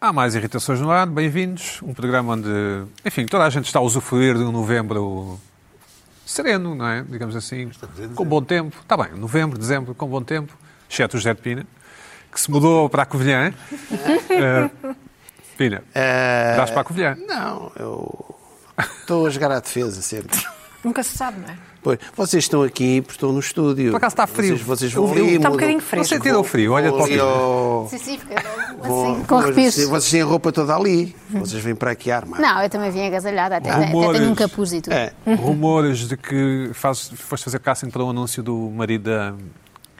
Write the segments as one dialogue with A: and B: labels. A: Há mais irritações no ar, bem-vindos. Um programa onde, enfim, toda a gente está a usufruir de um novembro sereno, não é? Digamos assim, com bom tempo. Está bem, novembro, dezembro, com bom tempo, exceto o José de Pina, que se mudou para a Covilhã. Eh, Pina,
B: Eh,
A: dás para a Covilhã.
B: Não, eu estou a jogar à defesa sempre.
C: Nunca se sabe, não é?
B: Pois, vocês estão aqui porque estão no estúdio.
A: Por acaso está frio.
B: Vocês, vocês vão
A: Eu-
B: ali,
A: eu-
C: Está um
B: mudam-
C: bocadinho fresco.
A: Você tira o frio, olha para
B: vão
A: o
B: ali
A: Pina.
B: ao-
D: Sim, sim, fica
B: vão-
D: assim.
E: corre
B: oh, vocês,
E: peso.
B: vocês têm a roupa toda ali. Vocês vêm para aqui armar.
E: Uhum. Não, eu também vim agasalhada, até, até
A: Rumores.
E: tenho um capuz e tudo.
B: É.
A: Rumores de que faz, foste fazer casting para o anúncio do marido da,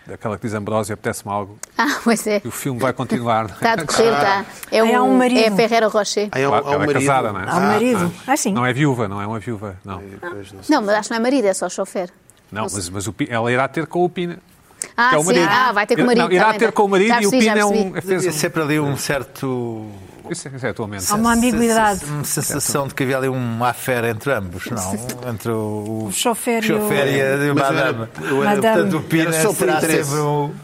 A: daquela que diz Ambrósia, apetece-me algo.
E: Ah, pois é.
A: E o Ah. filme vai continuar.
E: Está a decorrer, está. É,
C: É, há um marido.
E: é a Ferreira Rocher.
B: Aí há um-
A: Claro,
B: há um
A: ela é
B: marido.
A: casada, não é?
C: Há um marido. Ah, sim.
A: Não é viúva, não é uma viúva, não.
B: Pois, não sei.
E: Não, mas acho que não é marido, é só chofer.
A: Não, mas, mas o Pi- ela irá ter com o Pina.
E: Ah,
A: que é o
E: sim.
A: marido.
E: Ah, vai ter com o marido.
A: Não, irá
E: também,
A: ter
E: tá.
A: com o marido
E: Já
A: e o
E: percebi, já
A: Pina é um.
E: percebi.
A: é fez um-
F: Havia sempre ali um certo.
A: Isso é, isso é a tua mente.
E: Ah,
C: Há uma ambiguidade.
F: Uma sensação de que havia ali uma afera entre ambos, não? Entre o,
C: O chofer e o-
F: e a
B: Mas eu era-
F: madame.
B: eu
C: era-
F: Portanto, o Pina
B: Era só por
F: será
B: interesse.
F: sempre um.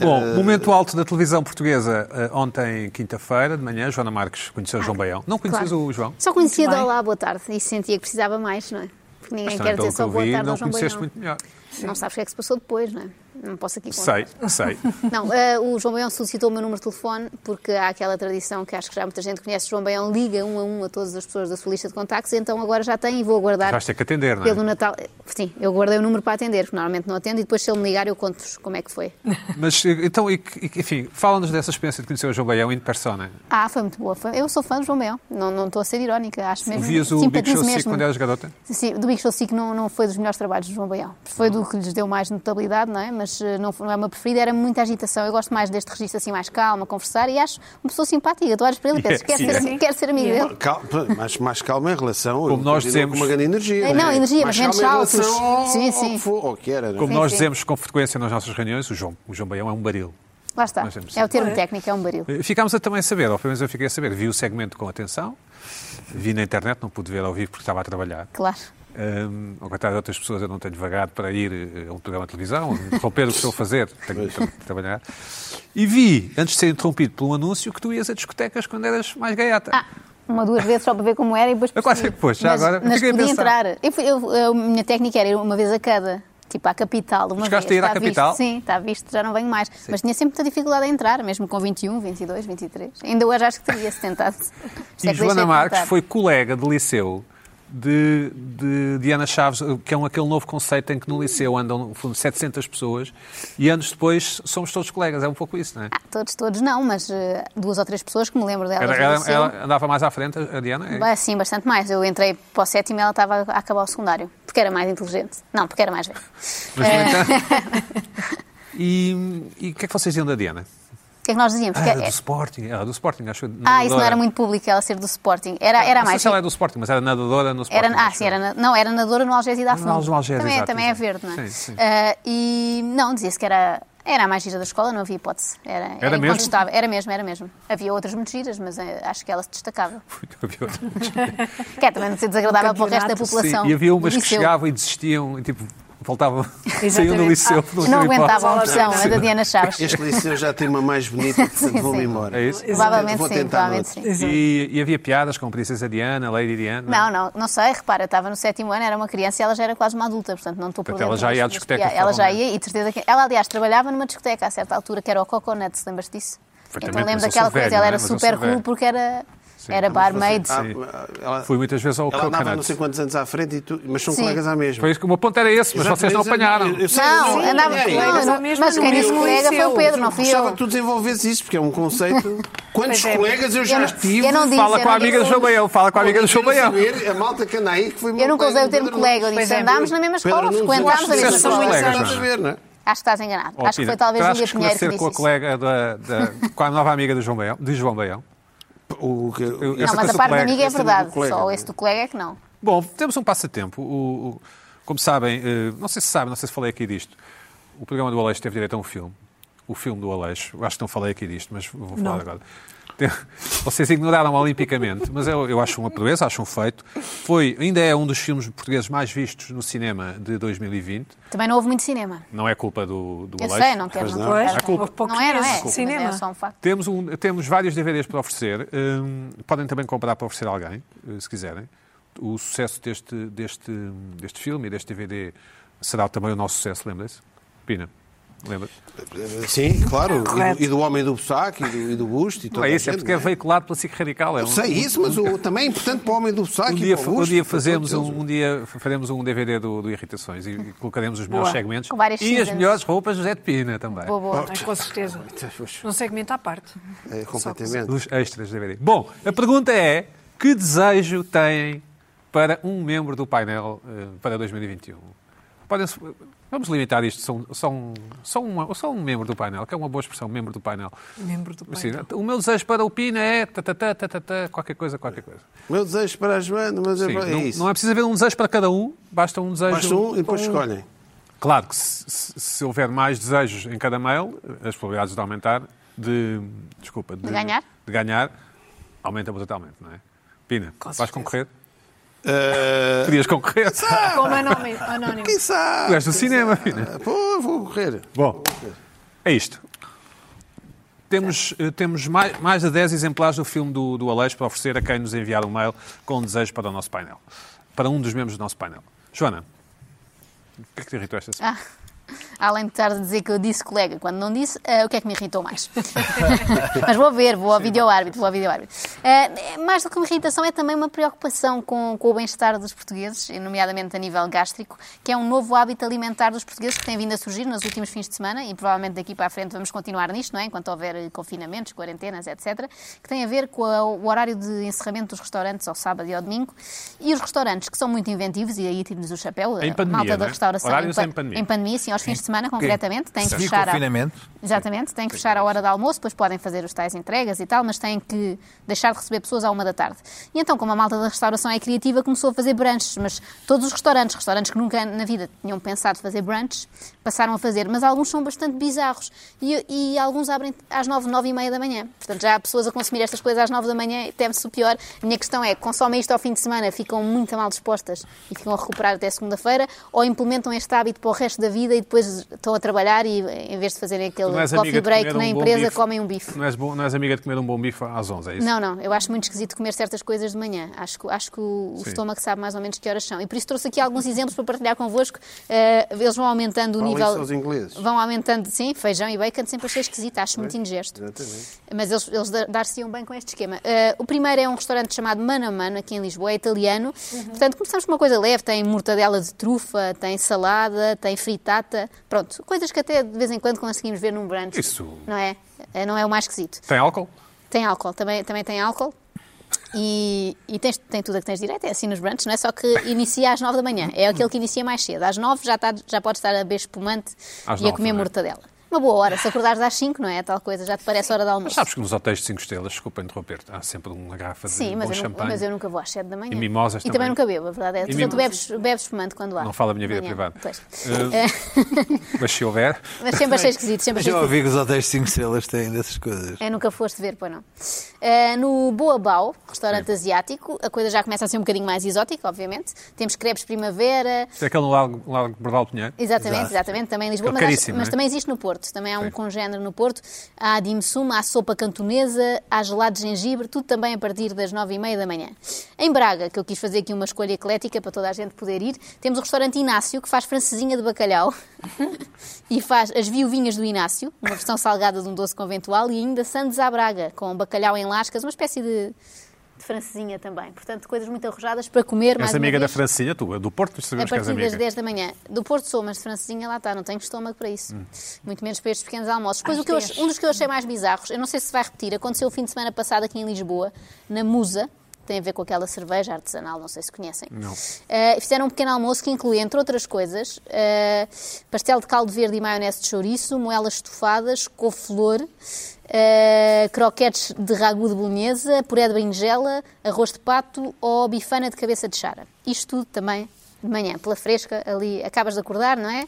A: Bom, momento alto da televisão portuguesa eh, ontem, quinta-feira, de manhã, Joana Marques conheceu João Baião. Não conheces
E: Ah, claro.
A: o João?
E: Só conhecia
C: Muito
E: de
C: bem.
E: Olá, boa tarde. E sentia que precisava mais, não é? Porque ninguém
A: Mas
E: quer
A: também
E: dizer
A: pelo que
E: só
A: eu
E: boa
A: vi,
E: tarde
A: não
E: ao João
A: conheceste
E: Baião.
A: muito melhor.
E: Não sabes o que é que se passou depois, não é? Não posso aqui contar.
A: Sei, sei.
E: Não, eh, o João Baião solicitou o meu número de telefone porque há aquela tradição que acho que já muita gente conhece. João Baião liga um a um a todas as pessoas da sua lista de contactos, então agora já tem e vou aguardar.
A: Vais ter que atender, não é?
E: Pelo Natal. Sim, eu guardei o número para atender, porque normalmente não atendo e depois se ele me ligar eu conto-vos como é que foi.
A: Mas, eh, então, e que- e que- enfim, fala-nos dessa experiência de conhecer o João Baião in persona.
E: Ah, foi muito boa. Foi- Eu sou fã do João Baião, não, não estou a ser irónica, acho mesmo.
A: Vias o Big
E: simpatizo
A: Show 5
E: mesmo.
A: quando eras garota?
E: Sim, do Big Show Sick não, não foi dos melhores trabalhos do João Baião. Foi do que lhes deu mais notabilidade, não é? Mas eh, não, foi- não é uma preferida, era muita agitação. Eu gosto mais deste registro assim mais calmo, a conversar e acho uma pessoa simpática. Tu olhas para ele e pensas,
A: Yes,
E: quer,
A: yes.
E: ser, assim, quer ser amigo dele.
B: Cal- mais, mais calma em relação. eu
A: Como nós
B: continuo
A: dizemos-
B: Com uma grande energia.
E: Eh, não,
B: é?
E: energia,
B: mais
E: mas menos
B: calma em
E: saltos.
B: relação ao-
E: Sim,
B: ao
E: sim.
B: que for- ao que era. não é?
A: Como nós
E: sim.
A: dizemos com frequência nas nossas reuniões, o João, o João Baião é um baril.
E: Lá está.
A: Nós temos-
E: É o termo técnico, é um baril.
A: Eh, Ficámos a também saber, ou pelo menos eu fiquei a saber, vi o segmento com atenção, vi na internet, não pude ver ao vivo porque estava a trabalhar.
E: Claro.
A: Um, ao contrário de outras pessoas, eu não tenho vagado para ir eh, a um programa de televisão, interromper o que estou a fazer, tenho que tra- trabalhar. E vi, antes de ser interrompido pelo anúncio, que tu ias a discotecas quando eras mais gaiata.
E: Ah, uma ou duas vezes só para ver como era e depois
A: Eu quase
E: percebi.
A: depois, já
E: mas,
A: agora
E: mas
A: fiquei a
E: podia
A: pensar.
E: entrar. Eu, fui- eu- a minha técnica era ir uma vez a cada, tipo à capital, uma
A: Chegaste
E: vez.
A: a ir à
E: está
A: capital?
E: Visto, sim, está visto, já não venho mais. Mas tinha sempre muita dificuldade a entrar, mesmo com 21, 22, 23. Ainda hoje acho que teria se tentado. Por isso é
A: e
E: que
A: Joana
E: deixei de
A: Marques
E: tentar.
A: foi colega de liceu de, de Diana Chaves, que é um, aquele novo conceito em que
E: Hum.
A: no liceu andam, no fundo, 700 pessoas e anos depois somos todos colegas. É um pouco isso, não é?
E: Ah, todos, todos não, mas eh, duas ou três pessoas que me lembro delas.
A: Ela,
E: no
A: ela-
E: liceu.
A: ela andava mais à frente, a Diana? É?
E: Bah, Sim, bastante mais. Eu entrei para o sétimo e ela estava a acabar o secundário. Porque era mais inteligente. Não, porque era mais velha.
A: Mas, no entanto- E e o que é que vocês diziam da Diana?
E: O que é que nós dizíamos?
A: Ah,
E: Que
A: era do
E: é-
A: Sporting, era do Sporting, acho que
E: Ah, isso não era muito público, ela ser do Sporting. Era, era
A: não sei
E: mais.
A: se ela é do Sporting, mas era nadadora no Sporting.
E: Era, ah,
A: acho
E: sim,
A: eu.
E: era na, não, era nadadora no Algés e da Fundo.
A: Algés, no Algés,
E: também, é-
A: exato,
E: também é
A: exato.
E: verde, não é?
A: Sim, sim.
E: Ah, e não, dizia-se que era, era a mais gira da escola, não havia hipótese. Era, era,
A: Era mesmo?
E: incontestável. Era mesmo, era mesmo. Havia outras muito giras, mas eh, acho que ela se destacava. Que é também de ser desagradável para o resto da
C: Campeonato.
E: população.
A: Sim, e havia umas
E: do
A: que
E: liceu.
A: chegavam e desistiam, e tipo, voltavam, saíam do liceu.
C: Ah,
A: não
E: Não
A: tinham
E: aguentava a
A: hipótese.
E: pressão, a da Diana Chaves.
B: Este liceu já tem uma mais bonita, portanto vou-me
E: sim.
B: embora.
A: É isso?
E: Provavelmente
B: Vou
E: sim,
B: tentar
E: provavelmente
B: noutro.
E: sim.
C: Exato.
A: E, e havia piadas com a Princesa Diana, Lady Diana.
E: Não, não, não sei, repara, estava no sétimo ano, era uma criança e ela já era quase uma adulta, portanto não estou por
A: Portanto,
E: dentro
A: ela já
E: das
A: ia à
E: coisas.
A: discoteca,
E: Ela já
A: provavelmente.
E: ia e de certeza que. Ela, aliás, trabalhava numa discoteca a certa altura, que era o Coconuts, lembras-te disso?
A: Perfeitamente,
E: Então
A: mas
E: lembro
A: eu sou
E: daquela coisa,
A: velho, não
E: ela
A: é?
E: era
A: Mas eu
E: super
A: sou velho.
E: cool porque era,
A: mas você-
E: era barmaid.
A: Ah, Sim.
B: ela,
A: Fui muitas vezes ao
B: ela andava não
A: Coconuts.
B: sei quantos anos à frente e tu, mas são
E: Sim.
B: colegas à mesma.
A: Foi isso que o meu ponto era esse, mas vocês não
B: Exatamente.
A: apanharam.
B: Eu- eu sei,
E: Não,
B: eu sei.
E: andava
B: É,
E: não,
C: colegas
E: não,
C: à mesma
E: mas
C: no
E: quem disse
C: mesmo
E: colega foi o
C: liceu.
E: Pedro, não fui
B: Gostava
E: eu.
B: que tu desenvolvesses isso, porque é um conceito. Quantos
C: é.
B: colegas eu já
E: não-
B: estive?
E: eu não disse,
A: Fala
E: eu
A: com a
E: não
A: amiga do
E: disse.
A: João Baião, fala com a amiga do João
B: Quero
A: Baião.
B: saber, A malta que anda aí, que foi meu
E: Eu nunca
B: colega,
E: usei o termo
B: Pedro
E: colega, eu
B: Nunes.
E: disse
C: é,
E: andámos na mesma
B: Pedro
E: escola,
B: Nunes,
E: frequentámos
B: eu
E: a
B: acho
E: mesma
B: que são
E: escola.
A: colegas,
B: Estás a ver, não é?
E: Acho que estás enganado.
A: Oh,
E: Acho que
A: Pina,
E: foi talvez
A: terás
E: Lídia
A: que
E: Pinheiro que
A: esclarecer
E: disse
A: com a
E: isso.
A: colega da, da- com a nova amiga do João Baião, de João Baião.
B: O que-
E: Não,
A: Essa coisa
E: mas a
A: do
E: parte da
A: colega,
E: amiga é
B: essa do
E: verdade,
B: colega,
E: só
B: né?
E: esse do colega é que não.
A: Bom, temos um passatempo. O- o- como sabem, eh, não sei se sabem, não sei se falei aqui disto. O programa do Aleixo teve direito a um filme. O filme do Aleixo. Eu acho que não falei aqui disto, mas vou falar
C: Não.
A: agora. Tem- Vocês ignoraram olimpicamente, mas eu, eu acho uma proeza, acho um feito. Foi, ainda é um dos filmes portugueses mais vistos no cinema de 2020.
E: Também não houve muito cinema.
A: Não é culpa do, do
E: Eu
A: Aleixo.
E: sei, não temos.
B: não.
E: Não, temos.
C: Pois,
E: não,
C: houve poucos
E: é, não
C: meses
E: é.
C: de cinema.
E: Mas É só um facto.
A: Temos, um- temos vários DVDs para oferecer. Hum, podem também comprar para oferecer a alguém, eh, se quiserem. O sucesso deste, deste, deste filme e deste DVD será também o nosso sucesso, lembra-se? Pina, lembra-se?
B: Sim, claro. E
C: Correto.
B: do, e do homem do Bussac e do, e do busto e toda
A: Não é
B: a
A: isso, é
B: gente,
A: porque é
B: não
A: veiculado pela SIC Radical. É um-
B: Sei isso, mas o, também é importante para o homem do Bussac
A: Um
B: e
A: dia,
B: para o
A: um
B: busto.
A: dia
B: para
A: fazemos
B: todos eles.
A: um, um dia faremos um DVD do, do Irritações e e colocaremos os melhores
C: Boa.
A: segmentos
E: Com várias
A: e as
E: cinzas.
A: melhores roupas do Zé de Pina também.
E: Boa, boa.
C: Mas É, com certeza. Um segmento à parte.
B: É, completamente.
A: Dos extras do DVD. Bom, a pergunta é: que desejo têm para um membro do painel eh, para 2021? Podem-se- vamos limitar isto, são, são, são uma, ou só um membro do painel, que é uma boa expressão, membro do painel.
C: Membro do
A: Assim,
C: painel.
A: o meu desejo para o Pina é tatatá, tatatá, qualquer coisa, qualquer coisa.
B: Meu desejo para a Joana, mas
A: Sim,
B: é, é
A: não,
B: isso.
A: não é preciso haver um desejo para cada um, basta um desejo.
B: Basta um e depois escolhem.
A: Claro que se, se- se houver mais desejos em cada mail, as probabilidades de aumentar, de. Desculpa, de,
E: ganhar?
A: De ganhar, aumentam brutalmente, não é? Pina,
C: Com
A: vais
C: certeza.
A: concorrer?
B: Eh,
A: Querias concorrer?
C: Ah, Como anónimo. anónimo.
B: quem
A: Tu
B: sabe? Ah,
A: és do cinema, Pina.
B: Pô, vou correr.
A: Bom, é isto. Temos, eh, temos mais, mais de 10 exemplares do filme do, do Aleixo para oferecer a quem nos enviar um mail com um desejo para o nosso painel. Para um dos membros do nosso painel. Joana, o que é que te irritou esta semana?
E: Ah, Além de estar a dizer que eu disse colega quando não disse, eh, o que é que me irritou mais? Mas vou ver, vou ao vídeo-árbitro, vou ao vídeo-árbitro. Eh, mais do que uma irritação, é também uma preocupação com, com o bem-estar dos portugueses, e nomeadamente a nível gástrico, que é um novo hábito alimentar dos portugueses que tem vindo a surgir nos últimos fins de semana, e provavelmente daqui para a frente vamos continuar nisto, não é? Enquanto houver eh, confinamentos, quarentenas, etc., que tem a ver com a- o horário de encerramento dos restaurantes ao sábado e ao domingo, e os restaurantes que são muito inventivos, e aí tiro-nos o chapéu,
A: Em
E: a
A: pandemia,
E: malta
A: não
E: da
A: é?
E: restauração,
A: Horário
E: em,
A: sem pandemia.
E: em pandemia, sim, aos fins de semana concretamente, têm que fechar... a-
F: Semi-confinamento.
E: Exatamente, têm que fechar a hora do almoço, depois podem fazer os tais entregas e tal, mas têm que deixar de receber pessoas à uma da tarde. E então, como a malta da restauração é criativa, começou a fazer brunches, mas todos os restaurantes, restaurantes que nunca na vida tinham pensado fazer brunches, passaram a fazer, mas alguns são bastante bizarros e, e alguns abrem às nove, nove e meia da manhã. Portanto, já há pessoas a consumir estas coisas às nove da manhã e teme-se o pior. A minha questão é, consomem isto ao fim de semana, ficam muito mal dispostas e ficam a recuperar até segunda-feira, ou implementam este hábito para o resto da vida e depois estão a trabalhar e em vez de fazerem aquele
A: Tu não és
E: coffee
A: amiga de
E: break
A: comer
E: na
A: um bom
E: empresa,
A: bife.
E: comem um bife.
A: Não és, bo- não és amiga de comer um bom bife às 11, é isso?
E: Não, não, eu acho muito esquisito comer certas coisas de manhã. Acho, que- acho que o, o estômago sabe mais ou menos que horas são. E por isso trouxe aqui alguns exemplos para partilhar convosco. Eh, eles vão aumentando o
B: Falam
E: nível.
B: isso aos ingleses. É,
E: Vão aumentando, sim, feijão e bacon sempre achei esquisito, acho muito indigesto.
B: Exatamente.
E: Mas eles, eles da- dar-se-iam bem com este esquema. Eh, o primeiro é um restaurante chamado Mano a Mano, aqui em Lisboa, é italiano. Portanto, começamos com uma coisa leve: tem mortadela de trufa, tem salada, tem fritata. Pronto, coisas que até de vez em quando conseguimos ver num brunch.
A: Isso.
E: Não é? Eh, Não é o mais esquisito.
A: Tem álcool?
E: Tem álcool, também, também tem álcool. E, e tens, tem tudo a que tens direito, é assim nos brunches, não é? Só que inicia às 9 da manhã, é aquele que inicia mais cedo. Às 9 já, tá, já podes estar a beber espumante
A: Às
E: e a
A: nove,
E: comer
A: não é?
E: mortadela. Uma boa hora, se acordares às 5, não é? Tal coisa, já te parece hora de almoço.
A: Sabes que nos hotéis de 5 estrelas, desculpa interromper, há sempre uma garrafa de
E: Sim,
A: um bom
E: mas eu, nu-
A: champanhe.
E: mas eu nunca vou às 7 da manhã.
A: E mimosas
E: E também
A: também.
E: nunca bebo, a verdade é. Tu, tu
A: mimosas.
E: bebes, bebes espumante quando há.
A: Não falo da minha vida
E: Manhã.
A: privada.
E: Pois.
A: Eh, mas se houver,
E: Mas sempre achei esquisito, sempre achei
F: Já
E: esquisito.
F: ouvi que os hotéis 5 estrelas têm dessas coisas.
E: Eu É, nunca foste ver, pois não. Eh, no Boa Bau, restaurante asiático, a coisa já começa a ser um bocadinho mais exótica, obviamente. Temos crepes primavera,
A: se é aquele no largo, largo Bordal Pinheiro,
E: exatamente, exatamente, também em Lisboa,
A: né? É
E: mas, acho-
A: caríssimo, não
E: mas
A: é?
E: também existe no Porto. Também há um
A: Sim.
E: congénero no Porto. Há dim sum, há sopa cantonesa, há gelado de gengibre, tudo também a partir das nove e meia da manhã. Em Braga, que eu quis fazer aqui uma escolha eclética para toda a gente poder ir, temos o restaurante Inácio, que faz francesinha de bacalhau e faz as viuvinhas do Inácio, uma versão salgada de um doce conventual, e ainda Sandes à Braga, com bacalhau em lascas, uma espécie de, de francesinha também. Portanto, coisas muito arrojadas para comer. mais
A: és
E: uma
A: amiga da
E: vez. É
A: Francinha, tu, do Porto,
E: A
A: sabemos que és
E: partir das
A: amiga.
E: 10 da manhã. Do Porto sou, mas de francesinha lá está, não tenho estômago para isso. Muito menos para estes pequenos almoços. Pois
C: Às
E: o que eu
C: 10.
E: ach- um dos que eu achei mais bizarros, eu não sei se vai repetir, aconteceu o fim de semana passado aqui em Lisboa, na Musa, tem a ver com aquela cerveja artesanal, não sei se conhecem.
A: Não.
E: Eh, fizeram um pequeno almoço que inclui, entre outras coisas, eh, pastel de caldo verde e maionese de chouriço, moelas estufadas, couve-flor, eh, croquetes de ragu de bolonhesa, puré de berinjela, arroz de pato ou bifana de cabeça de chara. Isto tudo também de manhã, pela fresca, ali acabas de acordar, não é?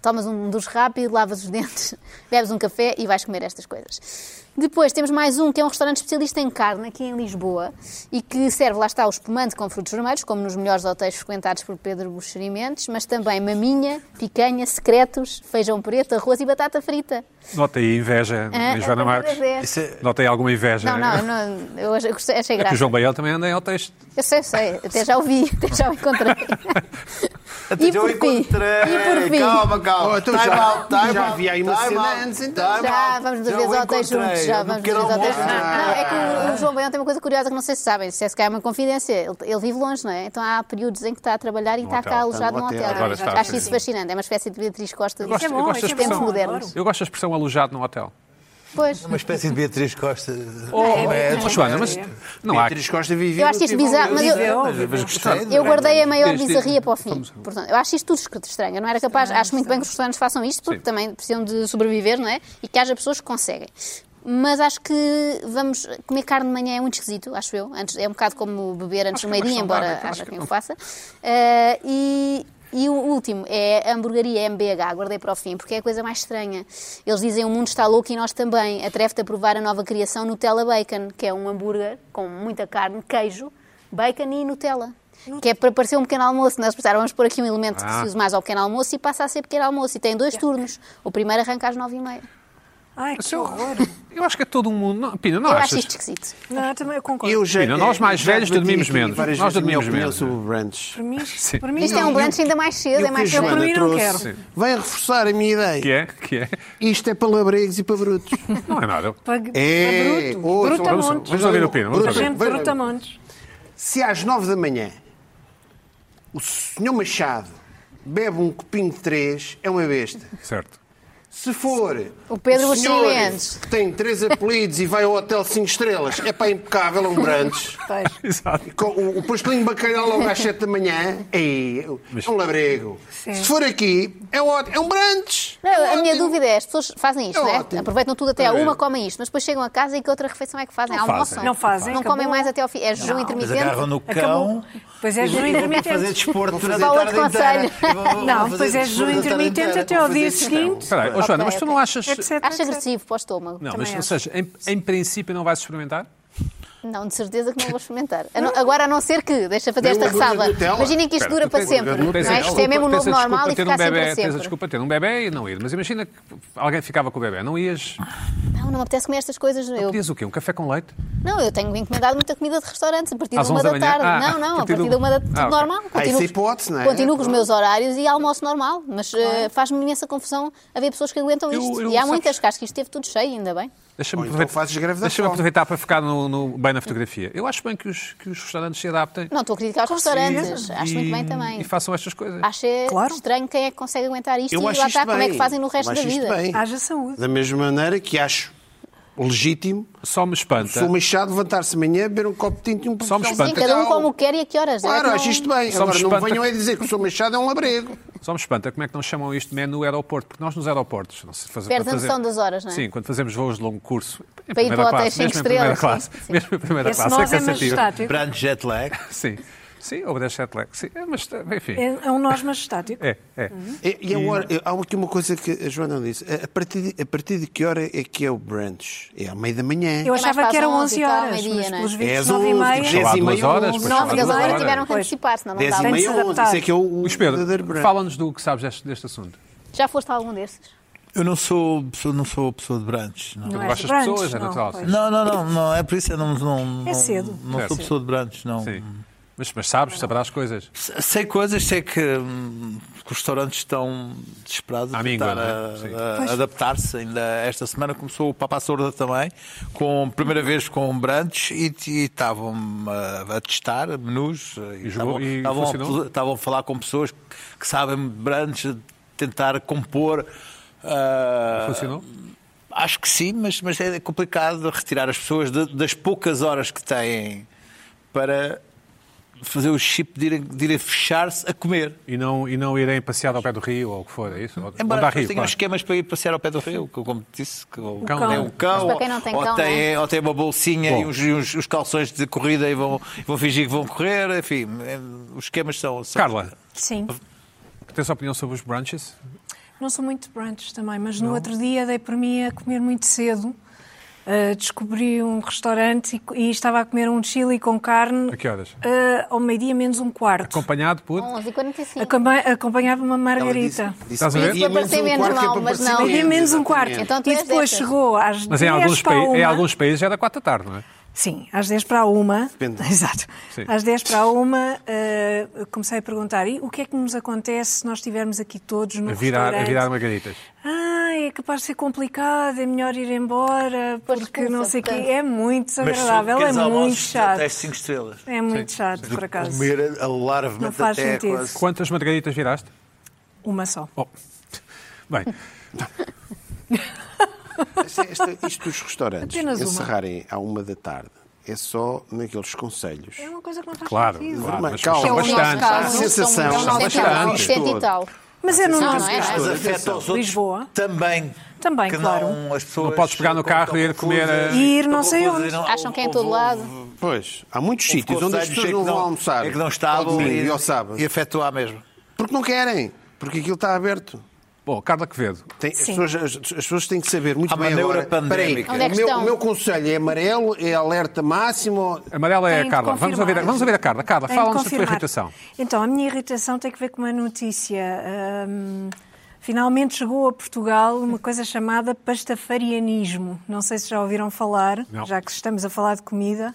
E: tomas um dos rápido, lavas os dentes, bebes um café e vais comer estas coisas. Depois temos mais um que é um restaurante especialista em carne aqui em Lisboa e que serve, lá está, o espumante com frutos vermelhos, como nos melhores hotéis frequentados por Pedro Buxeri Mendes, mas também maminha, picanha, secretos, feijão preto, arroz e batata frita.
A: Nota aí inveja
E: Ah,
A: em Joana
E: é
A: Marques.
E: prazer.
F: Isso é-
A: Nota aí alguma inveja.
E: Não, é não, não, eu achei- gostei- achei
A: É que o
E: graça.
A: João Baião também anda em hotéis.
E: Eu sei, eu sei, até já o vi, até já o encontrei.
F: Até
E: E
F: já o
E: por fim?
F: Então, encontrei.
E: E por fim?
F: Calma, calma.
B: Oh, então
F: Ah, time
B: já-
F: out, time
B: já
F: out,
B: havia aí uma
F: time
B: cena
F: out,
B: antes, então.
F: time
E: Já
F: out.
E: vamos
F: Ah, Já
E: duas vezes
F: o
E: ao hotéis
F: encontrei.
E: juntos. Já
F: No
E: vamos duas
F: pequeno
E: vezes ao hotéis
F: almoço.
E: juntos. Não, é que o- o João Baião tem uma coisa curiosa que não sei se sabem. Se é que é uma confidência, ele, ele vive longe, não é? Então há períodos em que está a trabalhar e está
A: hotel.
E: cá alojado
F: Tá
B: Está
E: num
B: num
E: hotel.
B: hotel.
A: Agora está,
E: Acho
A: sim.
E: isso fascinante. É uma espécie de Beatriz Costa dos
A: gosto- eu gosto
E: dos
A: da
E: tempos
A: expressão.
E: modernos.
A: Eu gosto da expressão alojado num hotel.
E: Pois.
F: Uma espécie de Beatriz Costa.
A: Oh,
C: é.
A: Joana, mas não há.
B: Beatriz Costa vivia
E: Eu acho isto
B: no Tivoli.
E: bizarro, mas eu-
B: Viveu,
F: Mas-
B: viveu.
F: mas gostei. é?
E: Eu guardei a maior
A: Desde-
E: bizarria para o fim.
A: Vamos-
E: Portanto, eu acho isto tudo escrito estranho. Eu não era capaz. acho muito bem que os restaurantes façam isto, porque
A: Sim.
E: também precisam de sobreviver, não é? E que haja pessoas que conseguem. Mas acho que vamos comer carne de manhã é muito esquisito, acho eu. Antes, é um bocado como beber antes
A: Acho que
E: do
A: é
E: meio-dia,
A: mais
E: embora
A: saudável, eu
E: haja
A: acho que
E: quem o
A: não.
E: faça. Ah, e, e o último é a hamburgueria MBH, guardei para o fim, porque é a coisa mais estranha. Eles dizem o mundo está louco e nós também. Atreve-te a provar a nova criação Nutella Bacon, que é um hambúrguer com muita carne, queijo, bacon e Nutella. Que é para parecer um pequeno almoço, nós pensaram, vamos pôr aqui um elemento que
A: Ah.
E: se usa mais ao pequeno almoço e passa a ser pequeno almoço. E tem dois turnos. O primeiro arranca às nove e meia.
C: Ai, que
A: Seu-
C: horror.
A: Eu acho que é todo um mundo. Não, Pina, não
E: Eu acho
A: achas?
E: isto esquisito.
C: Não, eu também eu concordo.
B: Eu já-
A: Pina, nós mais
B: é já
A: velhos
B: debati
A: dormimos
B: aqui
A: menos.
B: várias
A: Nós
B: vezes a minha
A: dormimos
B: opinião
A: menos,
B: sobre brunch.
C: Para mim,
A: Sim.
C: para mim
E: Isto é um brunch ainda mais cedo, é
B: Eu que a
E: mais cedo.
C: para
B: Joana
C: mim não
B: trouxe
C: quero.
B: vem reforçar a minha ideia.
A: Que é? Que é?
B: Isto é para labregos e para brutos.
A: Não é nada.
C: Para,
B: É,
C: para bruto.
B: ouça, ouça,
C: brutamontes.
A: Vamos ouvir o Pina. Vamos
B: Bruno,
C: Para
A: ouvir.
C: gente é
B: Vai-
C: brutamontes.
B: Se às nove da manhã o senhor Machado bebe um copinho de três, é uma besta.
A: Certo.
B: Se for
E: O Pedro
B: senhor
E: Buxerientes.
B: que tem três apelidos e vai ao hotel cinco estrelas, é para impecável, é um brunch.
C: Pois.
A: Exato.
B: Com o, o pastelinho de bacalhau logo às 7 da manhã, aí, é um labrego.
C: Sim.
B: Se for aqui, é ótimo, é um brunch.
E: Não, a minha
B: Ótimo.
E: dúvida é, as pessoas fazem isto,
B: É
E: não é?
B: ótimo.
E: Aproveitam tudo até a
A: É.
E: uma, comem isto, mas depois chegam a casa e que outra refeição é que fazem?
A: fazem.
E: Almoçam?
C: Não fazem,
E: Não comem
C: acabou.
E: mais até ao fim. É jejum
F: Mas
E: intermitente?
F: agarram no
C: Acabou.
F: cão.
C: Pois é,
F: e vão-
C: jejum
F: e vão fazer
C: intermitente.
F: desporto durante
E: Vou
F: a
E: fazer
F: tarde inteira.
E: outro conselho.
F: E vão- vão
C: Não,
F: fazer
C: pois é,
F: desporto
C: jejum
F: durante a tarde
C: intermitente
F: inteira.
C: até
F: Vão
C: ao
F: fazer
C: dia
F: isso,
C: seguinte.
F: não.
A: Espera aí, ó, Joana, mas tu não achas.
E: É
C: Etc.
E: Acho agressivo para o estômago.
A: Não,
E: Não.
A: mas,
C: Também
A: ou seja, em, em princípio não vais experimentar?
E: de certeza que não vou experimentar. A não- agora, a não ser que, deixa fazer
B: Nem
E: esta
B: uma dúvida
E: ressalva.
B: do Nutella.
E: Imaginem que isto
A: Espera,
E: dura
A: tu
E: para
A: tens-
E: sempre.
A: tu
E: Não
A: tens a
E: é? Isto é
A: desculpa-
E: mesmo o
A: tens
E: novo
A: a
E: normal
A: desculpa
E: e
A: ter
E: ficar
A: um bebé,
E: sempre para
A: Tens a
E: sempre.
A: desculpa de ter um bebê e não ir. Mas imagina que alguém ficava com o bebê. Não ias.
E: Não, não me apetece comer estas coisas. Eu,
A: Pedias o quê? Um café com leite?
E: não, eu tenho encomendado muita comida de restaurante a partir
A: Às
E: da uma
A: 11 da
E: da
A: manhã?
E: tarde.
A: Ah,
E: não, não, a partir da uma da
A: ah,
E: tudo
A: ok.
E: normal.
B: Há
E: Continuo-
B: essa hipótese, não é?
E: Continuo com os meus horários e almoço normal, mas eh, faz-me imensa confusão haver pessoas que aguentam
A: Eu-
E: isto.
A: eu-
E: e há
A: sabes-
E: muitas que acho que isto esteve tudo cheio, ainda bem.
A: Deixa-me
B: Ou então
A: aproveitar,
B: fazes greve da
A: deixa-me
B: fome.
A: aproveitar para ficar no- no- bem na fotografia. Eu acho bem que os, que os restaurantes se adaptem.
E: Não estou a criticar os restaurantes, acho
A: e-
E: muito bem também.
A: E façam estas coisas.
E: Acho é
C: Claro.
E: estranho quem é que consegue aguentar isto
B: Eu
E: e lá
B: acho isto
E: está, como é que
B: bem.
E: fazem no resto
B: Eu
E: da
B: acho isto
E: vida.
B: bem.
C: Haja saúde.
B: Da mesma maneira que acho legítimo
A: Só me
B: o
A: espanta.
B: senhor Machado levantar-se amanhã, beber um copo de tinto e um pouco
A: Só me
B: de
E: Sim,
A: espanta.
E: cada um
B: bacalhau.
E: como o quer e a que horas. é que
B: Claro,
E: não-
B: acho isto bem.
A: Só me
B: Agora não
A: espanta-
B: venham aí dizer que o senhor Machado é um labrego.
A: Só me espanta como é que não chamam isto menu aeroporto, porque nós nos aeroportos. Não sei, fazer,
E: Perdes
A: quando
E: a noção das horas, não é?
A: Sim, quando fazemos voos de longo curso. Em
E: Para ir para
A: primeira
E: hotéis
A: classe,
E: cinco
A: mesmo em primeira
E: estrelas,
A: classe.
E: sim, sim.
A: Mesmo em primeira
C: Esse
A: classe.
C: nós é
A: É cansativo.
C: majestático.
F: Brunch jet lag.
A: Sim, sim, ou 10 jet lag. Sim, é, mas enfim.
C: É Uhum. é um nós majestático.
A: É, é.
B: E, e agora, eu- há aqui uma coisa que a Joana disse. A, a partir de, a partir de que hora é que é o brunch? É à meia da manhã.
C: Eu
E: mais
C: achava que
E: fácil
C: eram
E: um onze
C: 11
E: e tal,
C: horas, mas
E: meio-dia, não é?
C: pelos
B: É
C: vistos
B: às
C: 9 e
B: onze,
C: meia.
B: dez
A: Lá há
B: e
A: duas
B: meia,
A: horas,
B: onze,
A: depois
E: Nove
A: Mas
E: das
A: agora-
E: horas tiveram que
C: Pois.
E: antecipar, senão não
B: 10 e
E: dava.
C: Tem de
B: meia,
C: se
B: onze.
C: adaptar.
B: Isso é que é o, o
A: Mas Pedro,
B: verdadeiro brunch.
A: fala-nos do que sabes deste, deste assunto.
E: Já foste a algum desses?
F: Eu não sou, pessoa- não sou pessoa de brunch. Não.
C: Não
A: Tu
C: é
A: gostas de
C: brunch,
A: pessoas, é
C: não,
A: natural.
C: pois.
A: sim.
F: Não, não, não, não, é por isso eu não, não, não,
C: É cedo.
F: não
A: Certo.
F: sou pessoa de brantes, não.
A: Sim. Mas, mas sabes, saberás coisas.
F: Se- Sei coisas, sei que hum, que os restaurantes estão desesperados
A: À
F: a
A: míngua,
F: tentar,
A: não é?
F: a-
A: Sim.
F: a adaptar-se. Ainda esta semana começou o Papa Sorda também, com primeira vez com brantes e e estavam a, a testar menus eh, e
A: jogou-
F: estavam-
A: e
F: estavam a
A: funcionou?
F: estavam a falar com pessoas que sabem de brantes, tentar compor. ah,
A: Funcionou?
F: Acho que sim, mas, mas é complicado retirar as pessoas de- das poucas horas que têm para fazer o chip de irem, de irem fechar-se a comer.
A: E não, e não irem passear ao pé do rio ou o que for, é isso? Ou- ou
F: Embora
A: dá
F: as pessoas
A: rio,
F: tenham
A: claro.
F: esquemas para ir passear ao pé do rio, que, como te disse, que o
A: cão. né?
F: tem um cão,
E: Mas para quem não tem
F: ou,
E: cão, né?
F: tem, ou tem uma bolsinha
A: Bom.
F: e, uns, e uns- os calções de corrida e vão, vão fingir que vão correr, enfim, é, os esquemas são. são-
A: Carla,
C: Sim.
A: tens opinião sobre os brunches?
C: Não sou muito de brunch também, mas no outro dia dei por mim a comer muito cedo. Ah, descobri um restaurante e, e estava a comer um chili com carne.
A: A que horas?
C: Ah, ao meio-dia menos um quarto.
A: Acompanhado por.
E: 11h45.
C: Acompa acompanhava uma margarita.
A: Estás a ver?
E: Para parecer menos
B: um
E: mal,
B: é
E: mas não.
C: Meio-dia menos um quarto.
E: Então tu
C: e
E: és
C: depois
E: dessas.
C: chegou às
A: Mas
C: 10
A: em alguns,
C: para
A: paí- em
C: uma.
A: alguns países era 4 da tarde, não é?
C: Sim, às 10 para a uma.
B: Depende.
C: Exato.
A: Sim.
C: Às 10 para a uma, eh, comecei a perguntar: e o que é que nos acontece se nós estivermos aqui todos no
A: A virar, a
C: restaurante?
A: virar margaritas.
C: Ah, é capaz de ser complicado, é melhor ir embora,
E: Pois
C: porque
E: expulsa,
C: não sei o quê.
E: portanto.
C: É muito desagradável, é
F: pequenos
C: muito
F: almoços,
C: chato.
F: até cinco estrelas.
C: É muito chato, por acaso.
F: Comer alarvemente
C: Não faz
F: até
C: sentido.
F: quase.
A: Quantas margaritas viraste?
C: Uma só.
A: Oh. Bem,
B: Isto, isto- é isto dos restaurantes
C: Apenas uma.
B: encerrarem à uma da tarde é só naqueles conselhos.
C: É uma coisa que não faz
A: claro,
C: sentido.
A: claro. Mas
B: Calma.
A: são
B: É o nosso
A: bastantes.
B: caso. A sensação-
E: e tal.
C: Mas é no
E: Não,
C: nosso
E: não é?
C: caso.
F: Mas afeta os outros
C: Lisboa.
F: também.
C: Também,
F: que
C: claro.
F: Não, as pessoas
A: Não podes pegar no carro e ir
F: estão
A: comer
F: confusas.
A: a-
C: Ir não
F: Estão
C: sei
F: confusas
C: onde.
F: e não-
E: Acham que é em
F: houve-
E: todo lado.
B: Pois, há muitos
F: houve
B: sítios onde as
F: conselhos
B: pessoas
F: é que
B: não vão almoçar.
F: É que não
B: ao
F: estavam
B: domingo
F: e,
B: e ao sábado. É
F: e afetou à mesma.
B: Porque não querem, porque aquilo está aberto.
A: Bom, Carla Quevedo,
B: Tem- as,
C: Sim.
B: pessoas, as- as pessoas têm que saber muito
F: Há uma
B: bem agora.
F: neuropandémica.
B: Peraí,
E: Onde é que
B: o meu,
E: estão?
B: o meu conselho é amarelo, é alerta máximo.
A: amarela é
C: Tem
A: a
C: de
A: Carla. Vamos
C: confirmar.
A: ouvir, a- vamos ouvir a Carla. Carla,
C: Tem de
A: fala-nos da tua
C: confirmar.
A: irritação.
C: Então, a minha irritação tem que ver com uma notícia. Hum, finalmente chegou a Portugal uma coisa chamada pastafarianismo. Não sei se já ouviram falar,
A: Não.
C: já que estamos a falar de comida.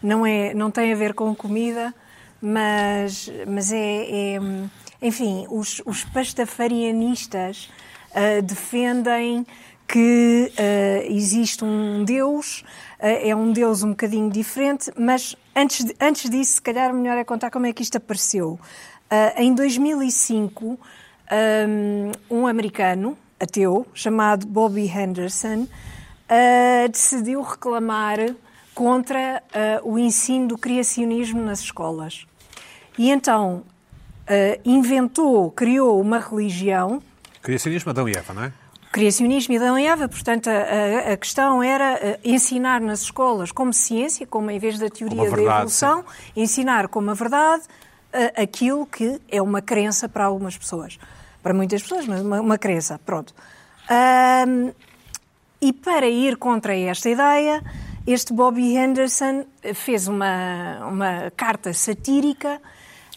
C: Não, é, não tem a ver com comida, mas, mas é. é, hum, enfim, os, os pastafarianistas ah, defendem que ah, existe um Deus, ah, é um Deus um bocadinho diferente, mas antes, de- antes disso, se calhar, melhor é contar como é que isto apareceu. Ah, em 2005, um, um americano, ateu, chamado Bobby Henderson, ah, decidiu reclamar contra ah, o ensino do criacionismo nas escolas. E então ah, inventou, criou uma religião
A: Criacionismo, Adão e Eva, não é?
C: criacionismo e Adão e Eva, portanto, a- a, a questão era eh, ensinar nas escolas como ciência, como em vez da
A: Como a
C: teoria
A: verdade,
C: da evolução, ensinar como a verdade eh, aquilo que é uma crença para algumas pessoas. Para muitas pessoas, mas uma, uma crença, pronto. Ahm, e para ir contra esta ideia, este Bobby Henderson eh, fez uma, uma carta satírica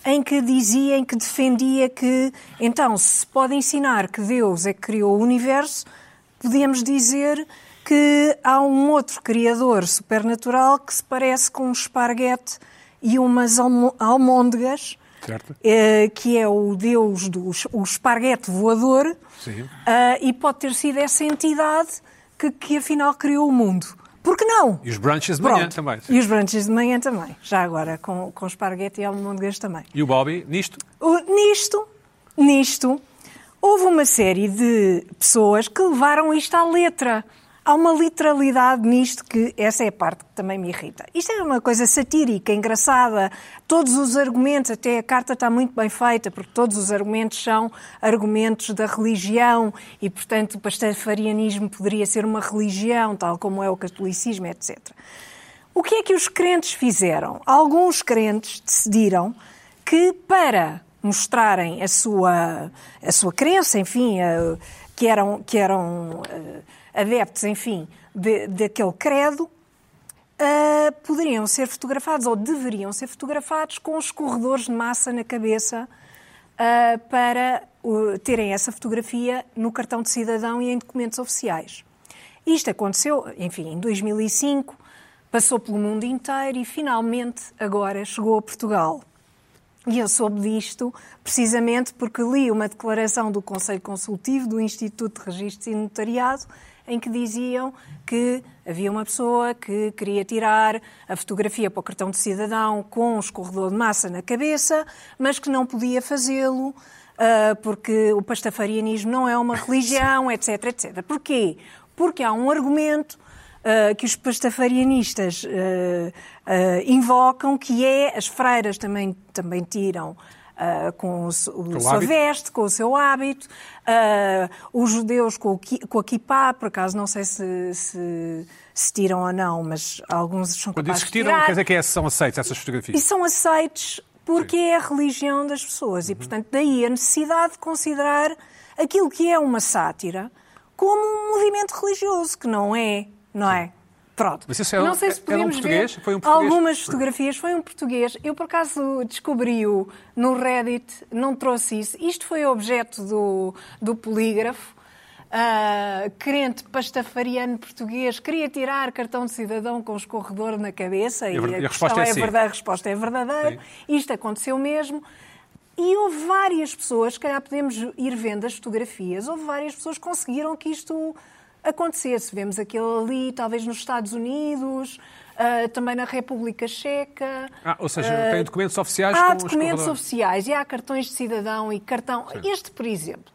C: em que dizia, em que defendia que, então, se se pode ensinar que Deus é que criou o universo, podemos dizer que há um outro criador supernatural que se parece com um esparguete e umas almo- almôndegas,
A: Certo.
C: eh, que é o deus do es- o esparguete voador,
A: Sim.
C: ah, e pode ter sido essa entidade que, que afinal criou o mundo. Por que não?
A: E os brunches de manhã
C: Pronto.
A: também.
C: E os brunches de manhã também, já agora, com, com esparguete e almôndegas também.
A: E o Bobby, nisto,
C: O- nisto, nisto, houve uma série de pessoas que levaram isto à letra. Há uma literalidade nisto que essa é a parte que também me irrita. Isto é uma coisa satírica, engraçada. Todos os argumentos, até a carta está muito bem feita, porque todos os argumentos são argumentos da religião e, portanto, o pastafarianismo poderia ser uma religião, tal como é o catolicismo, etc. O que é que os crentes fizeram? Alguns crentes decidiram que para mostrarem a sua, a sua crença, enfim, a- que eram, que eram eh, adeptos, enfim, de- daquele credo, eh, poderiam ser fotografados ou deveriam ser fotografados com os corredores de massa na cabeça eh, para eh, terem essa fotografia no cartão de cidadão e em documentos oficiais. Isto aconteceu, enfim, em 2005, passou pelo mundo inteiro e finalmente agora chegou a Portugal. E eu soube disto precisamente porque li uma declaração do Conselho Consultivo do Instituto de Registros e Notariado em que diziam que havia uma pessoa que queria tirar a fotografia para o cartão de cidadão com um escorredor de massa na cabeça, mas que não podia fazê-lo ah, porque o pastafarianismo não é uma religião, etc, etc. Porquê? Porque há um argumento uh, que os pastafarianistas uh, uh, invocam, que é as freiras também, também tiram uh, com o, su- o
A: o
C: sua
A: hábito.
C: veste, com o seu hábito, uh, os judeus com, o, ki- com a kippah, por acaso não sei se, se, se tiram ou não, mas alguns são
A: quando
C: capazes
A: dizes que tiram,
C: de tirar.
A: quer dizer que é- são aceitas essas
C: E
A: fotografias.
C: são
A: Uhum.
C: aceitos porque é a religião das pessoas. E, portanto, daí a necessidade de considerar aquilo que é uma sátira como um movimento religioso, que não é, não é? Pronto.
A: Mas isso é um-
C: não sei se
A: é- era um
C: podemos ver
A: português? Foi um português?
C: algumas fotografias. Foi um português. Eu, por acaso, descobri-o no Reddit, não trouxe isso. Isto foi objeto do, do polígrafo. Ah, crente pastafariano português queria tirar cartão de cidadão com escorredor na cabeça
A: E a ver- e a
C: questão
A: resposta é sim.
C: verda- a resposta é verdadeira. Isto aconteceu mesmo. E houve várias pessoas, se calhar podemos ir vendo as fotografias, houve várias pessoas que conseguiram que isto acontecesse. Vemos aquele ali, talvez nos Estados Unidos, ah, também na República Checa.
A: Ah, ou seja, tem documentos oficiais
C: Há
A: com os
C: documentos
A: corredores.
C: oficiais e há cartões de cidadão e cartão. Este, por exemplo,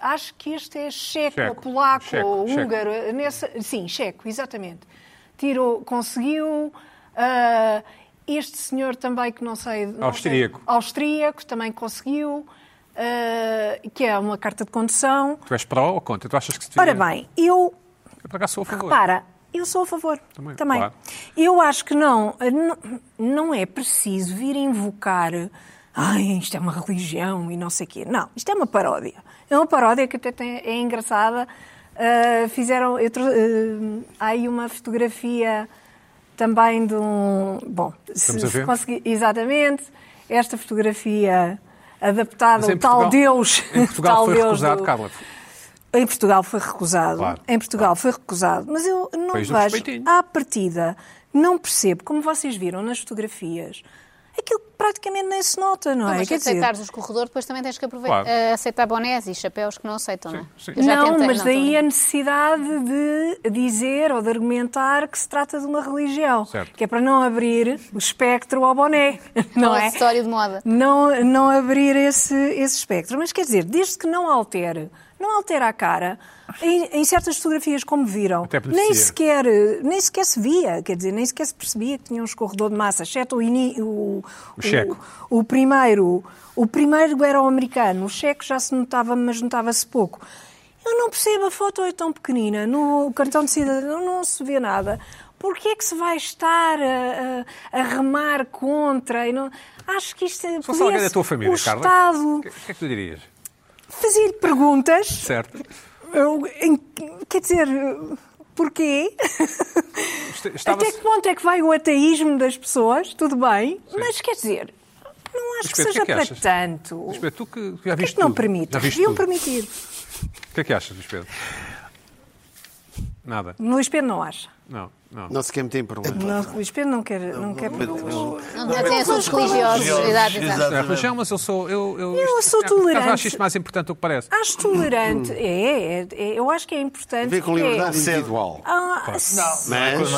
C: acho que este é checo,
A: Checo,
C: ou polaco
A: checo,
C: ou
A: checo.
C: húngaro. nessa- sim, checo, exatamente. Tirou, conseguiu. ah, este senhor também, que não sei. não sei-
A: Austríaco.
C: austríaco também conseguiu, ah, que é uma carta de condução.
A: Tu és pró ou contra? Tu achas que se devia...
C: Ora bem, eu
A: Eu para cá sou a favor.
C: Repara, eu sou a favor.
A: Também,
C: Também.
A: claro.
C: Eu acho que não, eh, não, não é preciso vir invocar. Ai, isto é uma religião e não sei o quê. Não, isto é uma paródia. É uma paródia que até tem- é engraçada. Ah, fizeram. eu trou- eh, há aí uma fotografia também de um. Bom, se,
A: Estamos a
C: se
A: ver?
C: conseguir. Exatamente. Esta fotografia adaptada
A: Mas em
C: ao tal
A: Portugal-
C: Deus.
A: Em Portugal
C: tal
A: foi
C: Deus
A: recusado,
C: do-
A: Carla.
C: em Portugal foi recusado.
A: Claro,
C: em Portugal foi recusado. Mas eu não
A: País do
C: vejo,
A: respeitinho.
C: à partida, não percebo, como vocês viram nas fotografias, aquilo que praticamente nem se nota, não,
E: Não,
C: é?
E: mas se
C: Quer dizer,
E: aceitares os corredores, depois também tens que aproveitar,
A: Claro.
E: eh, aceitar bonés e chapéus que não aceitam, não é?
A: Sim, sim.
E: Eu já
C: não,
E: tentei,
C: mas
E: não, tô
C: daí
E: brincando.
C: a necessidade de dizer ou de argumentar que se trata de uma religião.
A: Certo.
C: Que é para não abrir o espectro ao boné, não
E: Ou
C: é?
E: acessório de moda.
C: não, não abrir esse, esse espectro. Mas quer dizer, desde que não altere, não altera a cara, em, em certas fotografias, como viram,
A: Até beneficia.
C: nem sequer, nem sequer se via, quer dizer, nem sequer se percebia que tinha um escorredor de massa, exceto o, ini, o,
A: O checo.
C: o, o primeiro. O primeiro era o americano, o checo já se notava, mas notava-se pouco. Eu não percebo, a foto é tão pequenina, no cartão de cidadão não se vê nada. Porquê é que se vai estar a, a- a remar contra? E não... Acho que isto
A: Se fosse alguém da tua família,
C: o
A: Carla,
C: Estado
A: o que, o que é que tu dirias?
C: fazia-lhe perguntas.
A: Certo?
C: Eu- em- quer dizer, porquê?
A: Est- estava-
C: Até que ponto é que vai o ateísmo das pessoas? Tudo bem, mas quer dizer, não acho
A: Lisbeth, o que
C: que seja
A: é que
C: para
A: achas?
C: tanto.
A: Lisbeth, tu que já
C: Porquê é
A: viste
C: que não
A: tudo. Já
C: permitem?
A: viste
C: Deviam
A: tudo.
C: permitir.
A: O que é que achas, Luís Pedro? Nada.
C: Luís Pedro não acha.
A: Não, não.
B: Não se quer meter em problemas.
C: Não, Luís Pedro não quer, não quer problemas.
E: Não, até assuntos religiosos. Exato, exato.
A: É religião, mas eu sou. Eu, eu, isto-
C: Eu
A: é
C: sou
A: por acaso
C: tolerante. Ah,
A: acho isto mais importante do que parece.
C: Acho tolerante. É, é, é, eu acho que é importante.
B: Vê com
C: que é-
B: liberdade individual.
C: Ah, se-
F: é
B: Mas-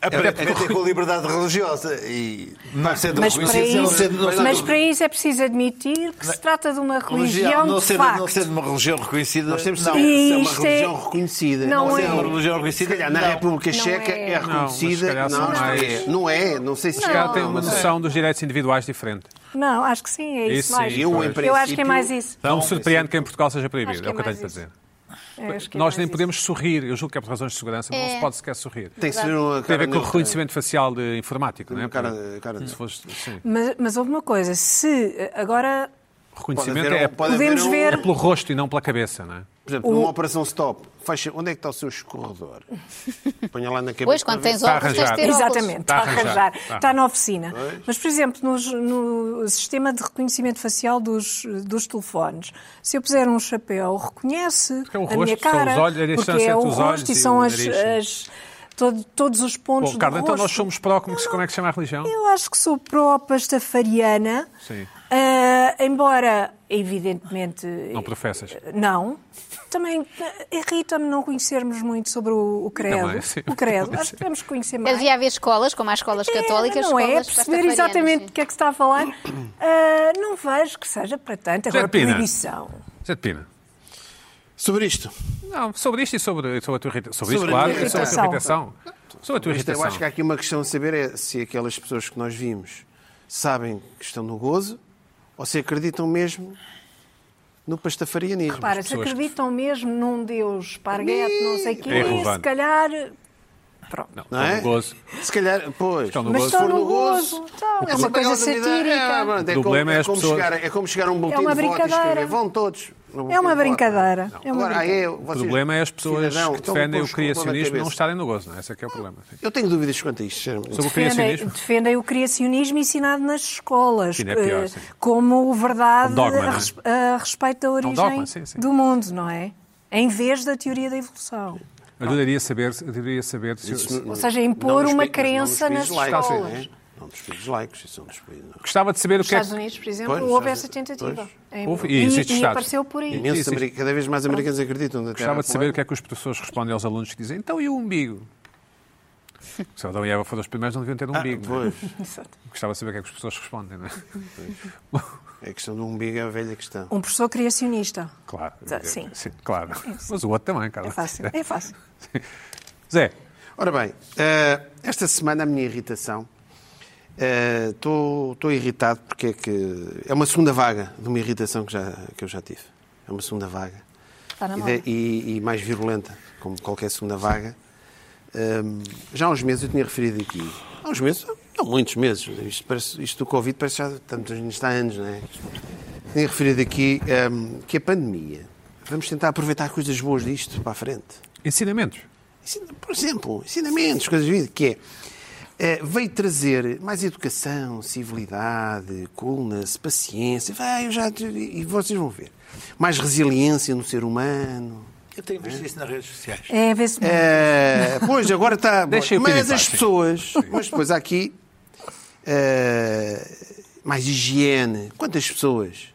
B: é
F: Até, até é com a liberdade religiosa e não sendo
C: Mas para,
F: reconhecida, não
C: isso,
F: sendo- não
C: mas
F: sendo-
C: para isso é preciso admitir que se trata de uma religião
F: não
C: de
F: sendo,
C: facto.
F: não sendo uma religião reconhecida,
B: Nós temos de
F: não.
B: saber
C: E
B: se é uma
C: isto é-
B: religião reconhecida.
C: não
B: se
C: é.
B: uma
F: religião reconhecida,
B: Se calhar na
F: não.
B: República
C: Não
B: Checa
C: é.
B: é,
C: Não,
A: mas se
B: reconhecida.
A: calhar são
B: Não, não,
A: mais-
B: é. não é. Não sei se
A: Os caras
C: Não,
A: têm uma
B: não sei.
A: noção dos direitos individuais diferente.
C: Não, acho que sim, é isso,
A: Isso
C: mais.
A: sim,
B: Eu, em
C: eu acho que é
B: princípio,
C: mais isso.
B: Então,
A: Não me surpreende que em Portugal seja
C: Acho
A: proibido.
C: que
A: É
C: é
A: o que eu tenho
C: mais
A: para
C: isso.
A: dizer.
C: Eu acho que é
A: Nós
C: mais
A: nem
C: isso.
A: podemos sorrir. Eu julgo que é por razões de segurança. Não se pode sequer sorrir.
B: Tem que ser uma
A: Tem a ver
B: cara
A: com o
B: neutra.
A: reconhecimento facial de informático, não é?
B: Uma cara- cara
A: Se
B: neutra.
A: fosse, sim.
C: Mas, mas houve uma coisa, se eh, agora
B: Pode
A: Reconhecimento
B: haver-
A: é,
B: pode haver
C: Podemos
B: um-
C: ver-
A: é pelo rosto e não pela cabeça, não é?
B: Por exemplo, numa operação stop, fecha, onde é que está o seu escorredor? Ponha lá na cabeça.
E: Pois, quando
B: para ver
E: tens
B: se-
A: Está
E: óculos, tens de
A: Tá arranjado.
E: ter óculos.
C: Exatamente,
A: Está
C: está
A: a
C: a
A: arranjar,
C: arranjar,
A: está.
C: está na oficina. Mas, por exemplo, nos- no sistema de reconhecimento facial dos, dos telefones, se eu puser um chapéu, reconhece
A: é o
C: a minha
A: rosto, são
C: cara,
A: os olhos, a distância
C: porque é
A: entre
C: o
A: os olhos
C: rosto
A: e
C: e são
A: o
C: as,
A: nariz,
C: as- todo- todos os pontos
A: Bom, Carla,
C: do
A: então
C: rosto.
A: nós somos pró. Como, é que se- como é que se chama a religião?
C: Eu acho que sou pró-pastafariana,
A: Sim.
C: Ah, embora, evidentemente...
A: Não professas.
C: Não. Também eh, irrita-me não conhecermos muito sobre o, o credo.
A: Também, sim.
C: o credo. Acho que devemos conhecer mais.
E: Devia haver escolas, como há escolas
C: É,
E: católicas,
C: não é?
E: escolas
C: Perceber
E: pastafarianas,
C: exatamente
E: sim.
C: do que é que se está a falar. Ah, não vejo que seja para tanto. Agora,
A: Pina.
C: proibição.
A: Zé é de Pina.
B: Sobre isto.
A: Não, sobre isto e sobre, sobre a tua irritação. Sobre, isto,
B: Sobre a
A: claro,
B: minha
A: e sobre a tua irritação. Sobre a tua
B: Isto, Então, eu
A: irritação.
B: acho que há aqui uma questão a saber é se aquelas pessoas que nós vimos sabem que estão no gozo ou se acreditam mesmo no pastafarianismo.
C: Para, se
A: pessoas que-
C: acreditam mesmo num Deus parguete, não sei o quê,
A: É irrelevante.
C: se calhar. Pronto.
A: Não,
B: Não
A: é
B: é?
A: um gozo.
B: Se calhar, pois.
A: Estão no
C: Mas
A: gozo.
C: estão
B: for
C: no
B: no
C: gozo.
B: gozo.
C: Então, é uma coisa
B: legal da vida-
C: satírica.
B: É, pronto, é
A: O problema
B: como,
A: é
B: é
A: as
B: como
A: pessoas-
B: chegar, é como chegar a um boletim
C: uma
B: de voto e
C: brincadeira.
B: escrever. Vão todos. não
C: É uma
B: quero
C: brincadeira.
B: votar.
C: É uma
B: Agora, aí
C: brincadeira.
B: eu-
A: O
B: vocês,
A: problema é as pessoas
B: cidadão,
A: que
B: estão
A: defendem
B: com
A: o
B: os problemas na
A: criacionismo não
B: cabeça.
A: estarem no gozo, não é? Esse é que é o problema. sim.
B: Eu tenho dúvidas quanto a isto, sinceramente.
A: Sobre o
C: Defendem,
A: criacionismo,
C: defendem o criacionismo ensinado nas escolas,
A: Sim, é pior,
C: eh,
A: sim.
C: como verdade
A: Um dogma,
C: a,
A: não é? Um
C: res- a respeito da origem
A: dogma, sim, sim.
C: do mundo, não é? Em vez da teoria da evolução.
A: adoraria saber, adoraria saber se, se-
C: Ou seja, impor
B: Não nos
C: uma
B: pa-
C: crença
B: não
C: nas
B: nos países laicos,
C: escolas.
B: não é? Não dos países laicos, isso é um dos países-
A: Gostava de saber o
C: Nos
A: que é
C: Estados
A: que...
C: Unidos, por exemplo,
B: Pois,
C: houve
B: já-
C: essa tentativa. Em-
A: Houve- e
C: e
A: existem
C: e
A: estados.
C: imenso por aí.
B: Imensos
A: Isso,
B: ameri- Cada vez mais americanos acreditam. na Terra
A: Gostava de saber o
B: plana.
A: que é que os professores respondem aos alunos que dizem, então e o umbigo? Se Adão e Eva foram os primeiros, não deviam
B: Ah,
A: ter umbigo. não é?
B: Pois,
C: Exato.
A: Gostava de saber o que é que as pessoas respondem, não é?
B: a questão do umbigo é a velha questão.
C: Um professor criacionista.
A: Claro.
C: Tá, sim.
A: claro. Mas o outro também, Carlos.
C: É fácil. É fácil.
A: Zé,
B: Ora bem, eh, esta semana a minha irritação. eh, Estou estou irritado porque é que. É uma segunda vaga de uma irritação que, já, que eu já tive. É uma segunda vaga.
C: Está na
B: e,
C: moda.
B: de- e- e mais virulenta, como qualquer segunda vaga. Hum, já há uns meses eu tinha referido aqui. Há uns meses? Não, muitos meses. Isto, parece- isto do Covid parece já estamos nisto há anos, não é? Tinha referido aqui hum, que a pandemia. Vamos tentar aproveitar coisas boas disto para a frente.
A: ensinamentos.
B: Ensina- Por exemplo, ensinamentos, coisas de vida, que é. eh, veio trazer mais educação, civilidade, coolness, paciência. Vai, eu já, te- e vocês vão ver. Mais resiliência no ser humano.
F: Eu tenho visto isso nas redes sociais.
C: É a ver se.
B: É, pois, agora está.
A: Deixa eu pedir
B: mas
A: paz,
B: as
A: sim.
B: pessoas. Mas depois há aqui. eh, mais higiene. Quantas pessoas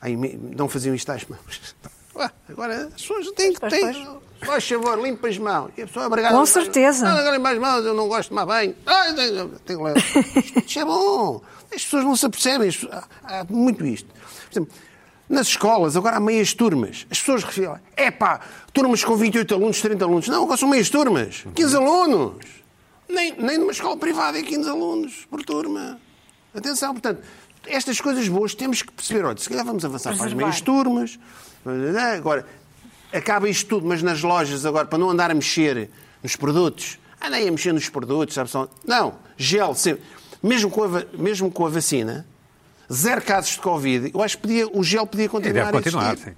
B: aí me- não faziam isto às mãos? Ué, Agora as pessoas têm que.
C: Pois,
B: Têm, faz favor, limpa as mãos. E a pessoa é obrigada
C: Com
B: a-
C: certeza.
B: Ah, agora limpa as mãos, eu não gosto de tomar banho. Ah, eu tenho- eu tenho que ler. Isto é bom. As pessoas não se apercebem. as pessoas- Há, há muito isto. Por exemplo, nas escolas, agora há meias turmas. As pessoas refilam. É pá, turmas com 28 alunos, 30 alunos. Não, agora são meias turmas. 15 alunos. Nem, nem numa escola privada é 15 alunos por turma. Atenção, portanto, estas coisas boas temos que perceber. Olha, se calhar vamos avançar para as
C: Preservar.
B: meias turmas. Agora, acaba isto tudo, mas nas lojas agora, para não andar a mexer nos produtos. Ah, nem a mexer nos produtos, sabe só? Não, gel sempre. Mesmo com a, va- mesmo com a vacina, zero casos de Covid, eu acho que podia, o gel podia
A: E
B: continuar
A: deve
B: a
A: continuar,
B: existir,
A: sim.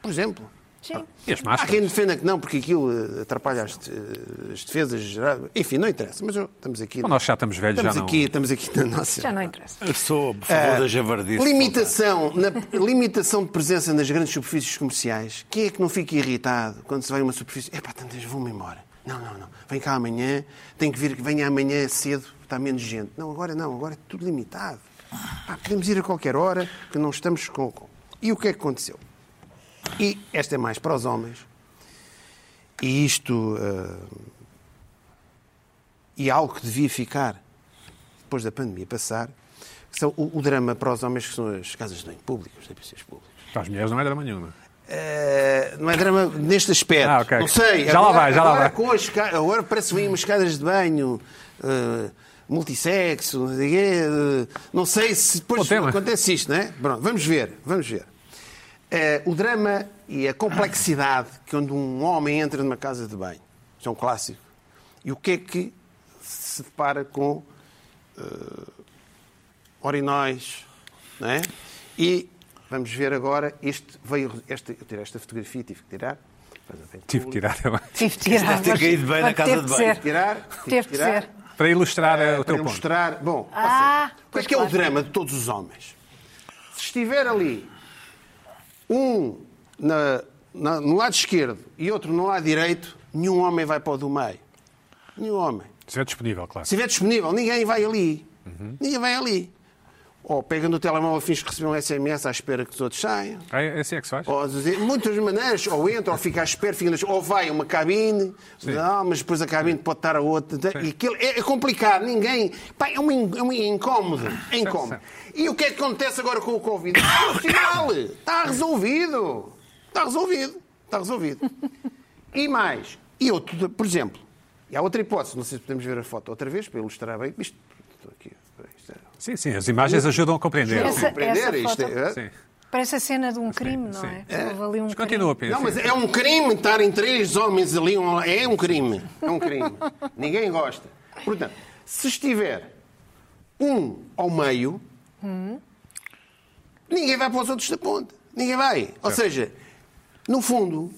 B: por exemplo.
C: Sim.
A: E as
B: Há quem
A: máscaras.
B: defenda que não, porque aquilo eh, atrapalha as, eh, as defesas gerais. Enfim, não interessa, mas eu- estamos aqui...
A: Bom, nós já estamos velhos,
B: estamos
A: já não-
B: aqui, Estamos aqui na nossa...
C: Já não interessa.
F: Eu sou a favor da javardice.
B: Ah, Limitação, na- limitação de presença nas grandes superfícies comerciais. Quem é que não fica irritado quando se vai a uma superfície? Epá, tantas, vou-me embora. Não, não, não. Vem cá amanhã, tem que vir, que venha amanhã cedo, está menos gente. Não, agora não, agora é tudo limitado. Pá, podemos ir a qualquer hora, que não estamos com. com- E o que é que aconteceu? E esta é mais para os homens. E isto. ah, e algo que devia ficar depois da pandemia passar, que são o, o drama para os homens que são as casas de banho públicas, os DPCs públicos.
A: Para as mulheres não é drama nenhuma.
B: Eh, não é drama neste aspecto.
A: Ah, ok.
B: Não sei.
A: Já lá
B: agora,
A: vai, já lá
B: agora
A: vai.
B: com as ca- agora parece que vêm umas casas de banho. eh, Multissexo, não sei, quê, eh, não sei se
A: Bom
B: depois
A: tema.
B: acontece isto, não é? Pronto, vamos ver, vamos ver. Eh, o drama e a complexidade que quando um homem entra numa casa de banho, isso é um clássico, e o que é que se depara com eh, orinóis, não é? E vamos ver agora, este veio, este, eu tirei esta fotografia, tive que tirar, mas eu tenho que
A: Tive que tirar também.
C: Tive de tirar.
F: ter
C: mas-
F: caído bem na
C: mas
F: casa
C: teve
F: de
C: de
F: banho.
C: ser.
B: tirar, tive
C: Teve
B: que
C: de
B: tirar,
C: ser.
A: Para ilustrar eh, o
B: É, para
A: teu ponto.
B: ilustrar. Bom,
C: Ah,
B: ou seja, o que é que é o drama de todos os homens? Se estiver ali um na- na- no lado esquerdo e outro no lado direito, nenhum homem vai para o do meio. Nenhum homem.
A: Se é disponível, claro.
B: Se estiver disponível, ninguém vai ali. Ninguém vai ali. Ou pega no telemóvel, fins que recebeu um SMS à espera que os outros saiam.
A: Ah, É assim é que se faz.
B: Ou, dizer, muitas maneiras, ou entra, ou fica à espera, fica nas- ou vai a uma cabine, não, mas depois a cabine pode estar a outra. E aquilo é, é complicado, ninguém. Pá, é um, in- é um incómodo. É incómodo. E o que é que acontece agora com o Covid? Ah, no final, está resolvido. Está resolvido. Está resolvido. E mais, e outro, por exemplo, e há outra hipótese, não sei se podemos ver a foto outra vez para ilustrar bem. Isto, estou aqui, isto é-
A: Sim, sim, as imagens ajudam a compreender.
C: Essa-
A: Sim.
B: compreender,
C: essa
B: isto é-
C: foto-
B: é-
A: Sim.
C: Parece a cena de um crime, não
A: sim.
C: é? Houve ali um
A: Mas continua, Pedro.
C: crime.
B: Não,
A: sim.
B: mas é um crime estarem três homens ali. um- É um crime. É um crime. Ninguém gosta. Portanto, se estiver um ao meio, ninguém vai para os outros da ponta. Ninguém vai. Ou seja, no fundo,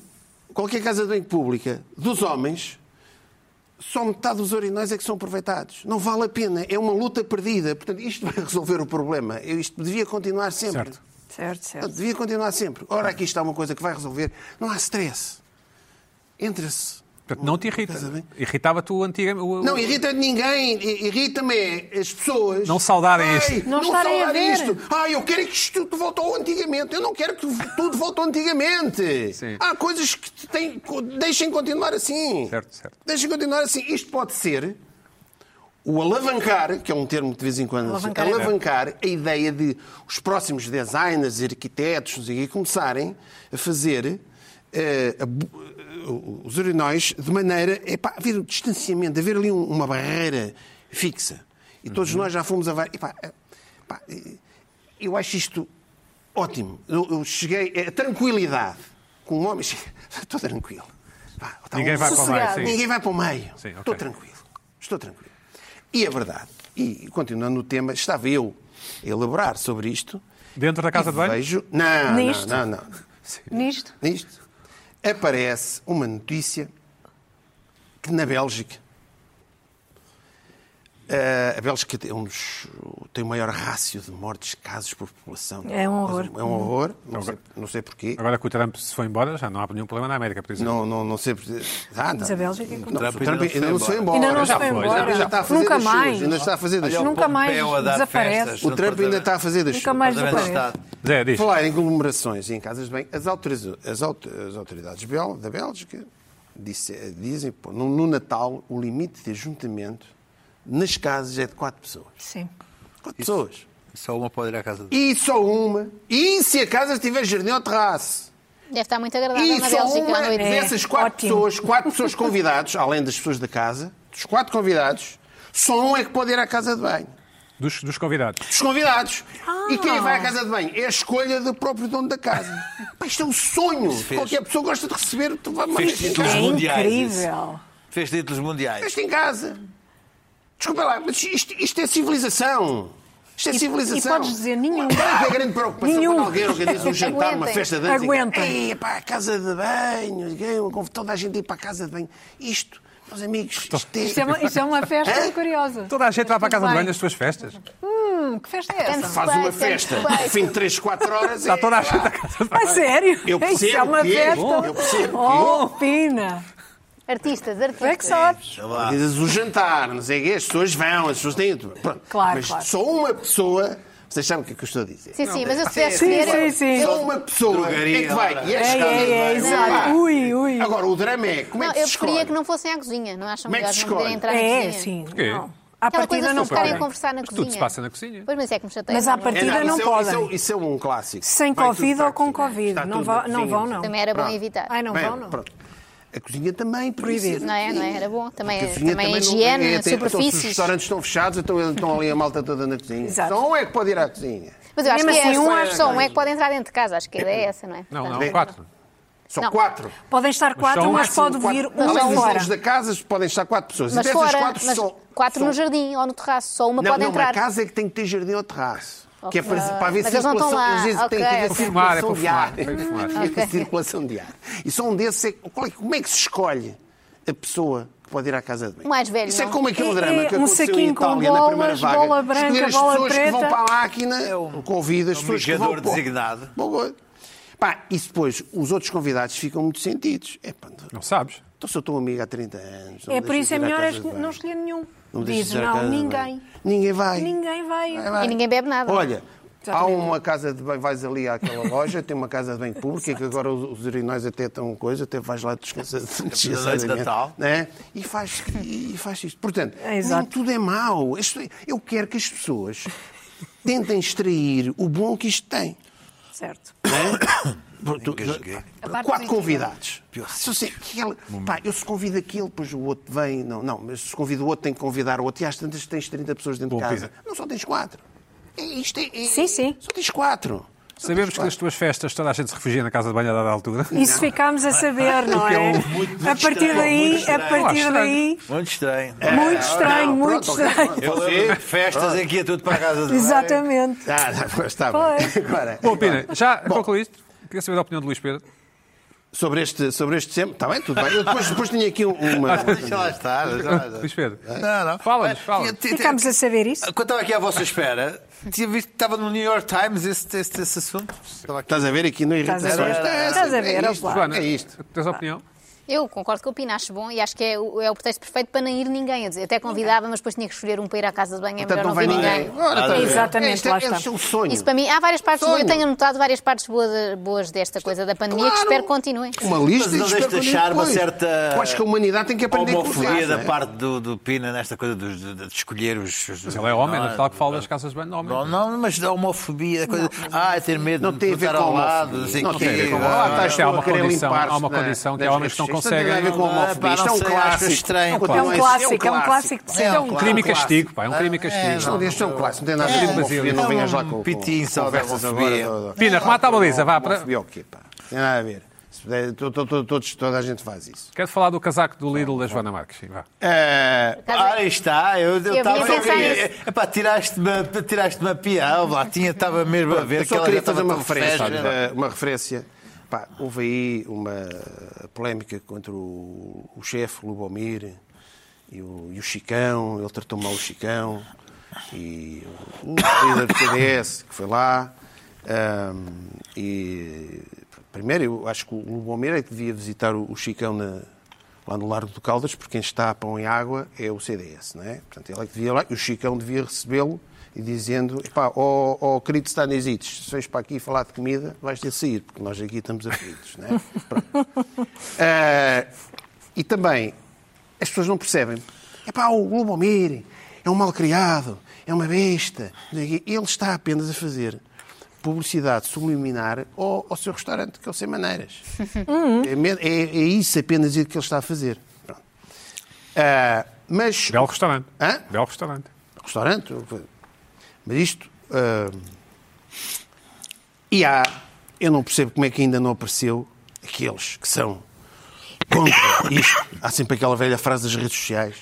B: qualquer casa de banho pública dos homens, só metade dos urinóis é que são aproveitados. Não vale a pena. É uma luta perdida. Portanto, isto vai resolver o problema. Eu- Isto devia continuar é sempre.
A: Certo.
C: Certo, certo.
B: Devia continuar sempre. Ora, aqui está uma coisa que vai resolver. Não há stress. Entra-se.
A: Portanto, não te irrita. Irritava-te o antigo. o- o-
B: Não irrita ninguém, I- irrita-me é as pessoas.
A: Não saudarem
B: Ai,
A: isto.
B: Não,
C: Não estarem a
B: saudarem
C: ver.
B: isto. Ah, eu quero que isto tudo volte ao antigamente. Eu não quero que tudo volte ao antigamente.
A: Sim.
B: Há coisas que te têm, co- deixem continuar assim.
A: Certo, certo.
B: Deixem continuar assim. Isto pode ser o alavancar, que é um termo que de vez em quando
C: Alavancar. é
B: alavancar a ideia de os próximos designers, arquitetos, não sei o quê, começarem a fazer eh, a bu- eh, os urinóis de maneira epá, a haver um distanciamento, a haver ali um- uma barreira fixa. E todos
A: Uhum.
B: nós já fomos a vários. epá, eh, pá, eh, eu acho isto ótimo. Eu, eu cheguei é a tranquilidade com um homem. Estou tranquilo. Pá, tá
A: Ninguém
B: um
A: vai para o meio.
C: Sossegado.
A: Sim.
B: Ninguém vai para o meio.
A: Sim, ok.
B: Estou tranquilo. Estou tranquilo. E é verdade. E continuando o tema, estava eu a elaborar sobre isto.
A: Dentro da casa
B: e
A: de banho?
B: Vejo. Não,
C: Nisto?
B: não, não, não.
C: Nisto.
B: Nisto. Aparece uma notícia que na Bélgica. eh, a Bélgica tem, um dos- tem o maior rácio de mortes, casos por população.
C: É um horror.
B: É um horror. Não sei, não sei porquê.
A: Agora que o Trump se foi embora, já não há nenhum problema na América, por exemplo.
B: Não, não, não sei porquê. Ah, não.
C: Mas a Bélgica é
B: Não,
C: como-
B: o Trump ainda não se foi embora.
C: Ainda não se
B: Já
C: foi
A: foi,
C: embora.
B: Ainda está a fazer
C: Nunca
B: das suas,
C: mais.
B: Ainda está a fazer das
F: Olha o
B: suas.
C: Nunca mais
F: Pompeu a dar
C: desaparece.
F: festas
B: O
F: no
B: Trump ainda está a fazer das
C: Nunca
B: suas.
C: mais
F: Departamento de
C: desaparece.
F: Estado.
A: Zé, diz.
B: Falar em conglomerações e em casas de banho, as, autoriza- as auto- as autoridades bel- da Bélgica disse- dizem pô, no, no Natal o limite de ajuntamento nas casas é de 4 pessoas.
C: Sim.
B: 4 pessoas.
F: Só uma pode ir à casa dele.
B: E só uma. E se a casa tiver jardim ou terraço?
E: Deve estar muito agradável
B: E
E: na
B: só
E: Bélgica
B: uma
E: à noite.
C: É,
B: dessas quatro
C: ótimo.
B: pessoas, quatro pessoas convidados, além das pessoas da casa, dos quatro convidados, só um é que pode ir à casa de banho.
A: Dos, dos convidados.
B: Dos convidados. E quem
C: Ah.
B: vai à casa de banho? É a escolha do próprio dono da casa. Pá, isto é um sonho. Qualquer pessoa gosta de receber. Tu vai
F: Fez
B: mas
F: títulos
C: É
F: mundiais. isso.
C: incrível.
F: Fez títulos mundiais.
B: isto em casa. Desculpa lá, mas isto, isto é civilização. Isto é civilização.
C: e podes dizer nenhum.
B: Claro que é grande preocupação
C: Nenhum.
B: quando alguém organiza um jantar, uma
E: Aguentem.
B: festa de anos. e diga,
C: Aguentem.
B: "Ei, pá, casa de banho, ninguém, um conv- toda a gente ir para a casa de banho. Isto, meus amigos, isto é...
C: Isto é uma, isto é uma festa curiosa.
A: Toda a gente vai para a
C: Mas tudo
A: casa de banho
C: bem.
A: nas tuas festas.
C: Hum, que festa é
E: Estamos-
C: essa?
B: Faz uma
E: Respeito,
B: festa,
E: respeito.
B: ao fim de 3, 4 horas...
A: Está
B: é-
A: toda a gente à casa de
C: A
A: banho.
C: sério?
B: Eu percebo
C: Isto é uma
B: que é
C: festa.
B: bom, eu percebo que é
C: oh, Pina.
E: Artistas,
C: Tu é que
E: artistas.
C: sabes.
B: Organizas o jantar, não sei o quê, as pessoas vão, as pessoas têm. Pronto.
C: Claro,
B: mas
C: claro.
B: só uma pessoa. Vocês sabem o que é que eu estou a dizer?
E: Sim, sim, mas eu se
B: Sim,
E: tivesse que
C: sim,
E: ver-
C: sim.
B: Só uma pessoa é que vai. E
C: É,
B: as casas
C: é, é,
B: vão.
C: exato. Ui, ui.
B: Agora, o drama é como
E: Não,
B: é
E: eu
B: que se escolhe?
E: preferia que não fossem à cozinha, não acham
B: Como é que
E: melhor
B: se
E: não poderem entrar na
C: É,
E: cozinha?
C: sim.
A: Porquê?
C: Não. À partida
E: Aquela coisa
C: não
E: de ficarem a
C: podem.
E: conversar na
A: Mas
E: cozinha.
A: tudo se passa na cozinha.
E: Pois, mas é que me chateia.
C: Mas à
E: não é?
B: É,
C: partida não
B: isso é-
C: podem.
B: isso é um- Isso é um clássico.
C: Sem
B: Vai tudo
C: Covid
B: para a
C: ou com
B: cozinha.
C: Covid.
B: Está
C: Não
B: tudo
C: vá-
B: na
C: não
B: cozinha.
C: vão, não.
E: Também era bom
B: Pronto.
E: evitar.
C: Ai, não
B: Bem,
C: vão, não.
B: pronto. A cozinha também
C: Proibido.
B: proibido.
E: Não é, não é? Era bom. Também,
B: Porque a
E: também,
B: cozinha
E: também
B: não-
E: higiene,
B: é, até- então, Se os
E: superfícies.
B: restaurantes estão fechados, então estão ali a malta toda na cozinha.
C: Exato.
B: Então é que pode ir à cozinha.
E: Mas eu acho
C: Mesmo
E: que
C: assim,
E: é
C: um
E: só-
C: acho-
E: só um é que pode entrar dentro de casa. Acho que a ideia é essa, não é?
A: Não,
E: Portanto,
A: não, quatro.
B: Só
E: Não.
B: quatro.
C: Podem estar quatro,
A: são
C: mas
A: máximo
C: pode vir
B: Quatro-
C: um
B: Além
C: só
B: dos
C: fora.
B: donos da casa, podem estar quatro pessoas.
E: Mas
B: e dessas
E: fora,
B: quatro
E: mas
B: só.
E: quatro
B: só-
E: no jardim ou no terraço, só uma
B: Não,
E: pode
B: não,
E: entrar.
B: mas a casa é que tem que ter jardim ou terraço. Que é para, para haver
E: Mas eles não
B: circulação.
E: estão lá.
B: eles dizem que tem que
E: Ok,
B: haver
E: ok.
A: Fumar, é
B: circulação de
A: para
B: ar.
A: fumar, é para fumar.
B: Tem que haver
E: Ok.
B: circulação de ar. E só um desses é. qual é- Como é que se escolhe a pessoa que pode ir à casa de banho?
E: O mais velho,
B: Isso é
E: não?
B: como aquele
C: É-
B: drama
C: é
B: que
C: um
B: aconteceu
C: saquinho
B: em
C: com
B: Itália na primeira
C: bolas,
B: vaga.
C: bola branca,
B: Escolher as
C: bola
B: pessoas que
C: preta.
B: vão para a máquina, convida as
F: um
B: pessoas que vão.
F: migador designado.
B: Bom, bom. Pá, e depois os outros convidados ficam muito sentidos. É, pá,
A: Não sabes?
B: então sou teu amigo há 30 anos. não
C: É
B: me
C: por isso
B: deixas
C: é
B: ir à
C: melhor
B: casa de banho.
C: não escolher nenhum.
B: Não me deixas
C: Dizes,
B: ir à
C: não,
B: casa de
C: ninguém.
B: banho. Ninguém vai.
C: Ninguém vai.
E: E ninguém bebe nada.
B: Olha, há
C: Exatamente.
B: uma casa de banho, vais ali àquela loja, tem uma casa de banho pública, que agora os os urinóis até estão coisa, até vais lá descansar.
F: noite de Natal.
B: Né? E, faz, e faz isto. Portanto,
C: É, exato.
B: nem tudo é mau. Isto- Eu quero que as pessoas tentem extrair o bom que isto tem.
C: Certo.
B: Portanto,
F: Engasguei.
B: Quatro convidados. Se você- aquele- pá, eu se convido aquele, depois o outro vem. Não, não, mas se convido o outro, tem que convidar o outro. E às tantas tens 30 pessoas dentro de
A: Bom,
B: casa.
A: Pina.
B: Não, só tens quatro. É, isto é- é-
C: Sim, sim.
B: Só tens quatro. Só
A: Sabemos
B: tens
A: que nas
B: quatro.
A: tuas festas toda a gente se refugia na casa de banho a dada altura.
C: Isso ficámos a saber, não
A: que é
C: é?
A: um
C: A partir daí, a
A: estranho.
C: partir daí,
F: Muito estranho.
C: muito estranho,
B: não,
C: muito
B: pronto, ok,
C: estranho.
F: Eu lembro de festas aqui, é tudo para a casa de banho.
C: Exatamente.
B: Ah, está bem.
C: Pois.
B: Agora,
A: Bom, Pina, já concluíste? Queria saber a opinião de Luís Pedro.
B: Sobre este, sobre este sempre. Está bem, tudo bem. Eu depois, depois tinha aqui um- uma.
F: Ah, Deixa lá estar. deixa lá estar.
A: Luís Pedro.
F: Não, não.
A: Fala-nos, fala-nos.
F: Tinha- tinha-
C: Ficámos a saber isso?
F: Quando estava aqui à vossa espera, tinha visto que estava no New York Times esse, esse, esse assunto. Estava aqui.
B: Estás a ver aqui no Irritações?
C: Estás a ver?
B: É essa,
C: Estás a
B: é
C: ver, ó,
B: isto,
C: Paulo.
A: Joana,
B: É isto.
A: Tens a opinião?
E: Eu concordo com o Pina, acho bom e acho que é, o- é o pretexto perfeito para não ir ninguém. Eu até convidava, mas depois tinha que escolher um para ir à casa de banho, é
B: Portanto,
E: melhor não,
B: não vai
E: vir
B: ninguém.
E: ninguém.
B: Ora, estás a ver.
C: Exatamente,
B: Este é-
C: lá
B: este
C: está.
B: é o sonho.
E: Isso para mim, há várias partes boas.
B: Sonho.
E: Eu tenho anotado várias partes boas, boas desta coisa da pandemia que espero que continuem.
B: Uma lista
F: Mas não
B: e
F: deixa
B: espero
F: de
B: que
F: achar uma
B: depois.
F: certa
B: Eu acho que a humanidade tem que aprender com os
F: homofobia
B: erros,
F: da
B: não é?
F: parte do, do Pina nesta coisa dos- de, de escolher os. os-
A: Mas ele é homem,
F: não,
A: não, tal que fala das casas de banho, homem.
F: Ah, Não, não, mas da homofobia, da coisa. Ah, é ter medo
B: Não
F: de
B: tem a ver
F: botar
B: com
F: ao
B: a
F: lado,
B: homofobia.
F: não sei
B: Não
F: o
B: tem a ver
F: quê.
B: com a
F: Ah,
B: homofobia.
A: Lá está, há uma
B: Estou a querer
A: condição, há uma
B: limpar-se né?" da-
A: condição que
B: das
A: há homens que não
B: restrições. Isto tem a ver com a
A: conseguem.
B: homofobia. Isto é um
F: Pá, não sei, acho
B: clássico.
F: estranho.
B: Continua
C: É um
B: a ser-
C: clássico, é um clássico de
A: É
C: sempre.
A: um crime e
B: clássico.
A: castigo, pá, é um crime e castigo.
B: Não, isto é um clássico, não tem nada a ver com
A: É.
B: homofobia, não venhas lá com
F: Pitinho,
B: com
F: só da
B: conversas
F: homofobia.
B: agora.
A: Pina, remata a baliza, vá, para-
B: Homofobia o quê, pá? Não Tem nada a ver. Se puder, to- to- to- todos- Toda a gente faz isso.
A: Quero falar do casaco do Lidl da Joana Marques. Sim, vá.
B: Eh,
E: Tá
F: Ah, está, eu
E: Eu
F: estava
E: vinha pensar
F: Epá, tiraste-me tiraste a piada, lá tinha, estava mesmo a ver
B: Eu
F: que
B: só
F: ela já
B: queria
F: estava
B: fazer uma
F: tão
B: referência.
F: fresca. né?
B: eh, Uma referência. Pá, houve aí uma polémica contra o, o chefe Lubomir e o, e o Chicão. Ele tratou mal o Chicão. E o, o líder do PDS que foi lá. ahm, e primeiro, eu acho que o Lubomir é que devia visitar o, o Chicão na- lá no Largo do Caldas, porque quem está a pão em água é o CDS, não é? Portanto, ele é que devia lá e o Chicão devia recebê-lo e dizendo, pá, ó ó querido Stanisites, se vens para aqui falar de comida, vais ter de sair, porque nós aqui estamos aflitos, não é? Pronto. Ah, e também, as pessoas não percebem. É pá, o Lubomir é um malcriado, é uma besta. não sei o quê. Ele está apenas a fazer publicidade subliminar ao, ao seu restaurante, que é o Sem Maneiras. é, me- é- é isso apenas o que ele está a fazer. Pronto. Ah, mas...
A: Belo restaurante.
B: Hã?
A: Belo restaurante.
B: restaurante. ou coisa. Mas isto. ah, e há. Eu não percebo como é que ainda não apareceu aqueles que são contra isto. Há sempre aquela velha frase das redes sociais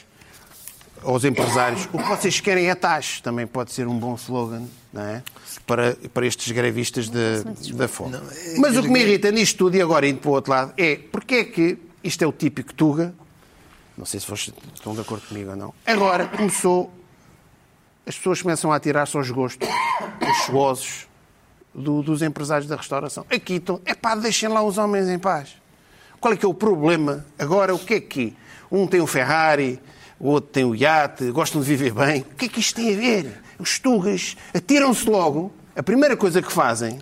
B: aos empresários. O que vocês querem é taxa. Também pode ser um bom slogan, não é? Para, para estes grevistas da, da fome. Mas o que me irrita nisto tudo, e agora indo para o outro lado, é porque é que isto é o típico Tuga. Não sei se vocês estão de acordo comigo ou não. Agora começou as pessoas começam a atirar-se aos gostos, os chegozos do- dos empresários da restauração. Aqui estão, é pá, deixem lá os homens em paz. Qual é que é o problema? Agora, o que é que? Um tem o Ferrari, o outro tem o iate, gostam de viver bem. O que é que isto tem a ver? Os tugas atiram-se logo, a primeira coisa que fazem,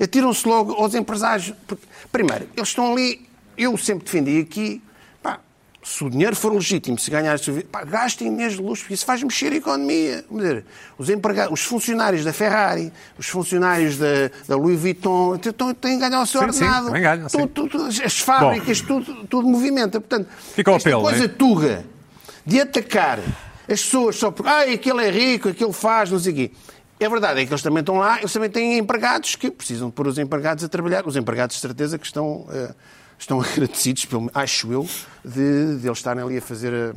B: atiram-se logo aos empresários. Porque, primeiro, eles estão ali, eu sempre defendi aqui, pá, se o dinheiro for legítimo, se ganhar, se- pá, gastem mesmo de luxo, porque isso faz mexer a economia. Quer dizer, os, emprega- os funcionários da Ferrari, os funcionários da, da Louis Vuitton, estão- têm que ganhar o seu
A: Sim, sim,
B: ordenado.
A: também ganham, sim.
B: Tudo- tudo- as fábricas, tudo, tudo movimenta. Portanto,
A: Fica o
B: esta
A: apelo,
B: coisa
A: né?
B: tuga de atacar as pessoas só porque ah, aquele é rico, aquele faz, não sei o quê. É verdade, é que eles também estão lá, eles também têm empregados que precisam de pôr os empregados a trabalhar. Os empregados, de certeza, que estão, eh, estão agradecidos, pelo, acho eu, de, de eles estarem ali a fazer eh,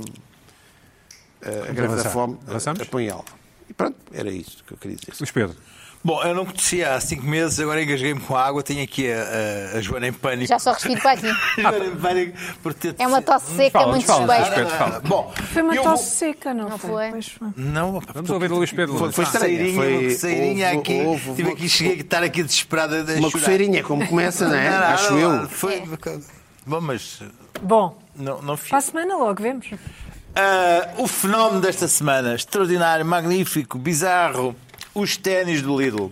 B: a, a greve da
A: avançar.
B: fome,
A: Avançamos?
B: a, a punhá-la. E pronto, era isso que eu queria dizer.
A: Luís Pedro.
F: Bom, eu não conhecia há cinco meses, agora engasguei-me com a água, tenho aqui a, a- a Joana em pânico.
E: Já só respiro para aqui.
F: Joana em pânico por ter-
E: É uma tosse seca
A: Fala,
E: muito
A: fala,
E: suspeita.
A: Pedro, fala.
F: Bom,
C: Foi uma
F: eu
C: tosse
F: vou- Hum.
C: seca, não,
E: Não foi?
C: foi? Pois foi.
F: Não, opa,
A: Vamos
F: tô-
A: ouvir o Luís Pedro. Ah,
B: Foi- foi
A: Lourdes.
B: estranho.
F: Sairinha,
B: Foi-
F: uma coceirinha
B: houve-
F: aqui.
B: houve
F: Tive
B: uma-
F: aqui, cheguei a estar aqui desesperada a
B: Uma
F: chorar.
B: coceirinha, como começa, não é? Acho
F: não,
B: eu.
F: Foi... Bom, mas
C: Bom,
F: não, não fiz.
C: para a semana logo vemos.
F: Ah, o fenómeno desta semana, extraordinário, magnífico, bizarro, os ténis do Lidl.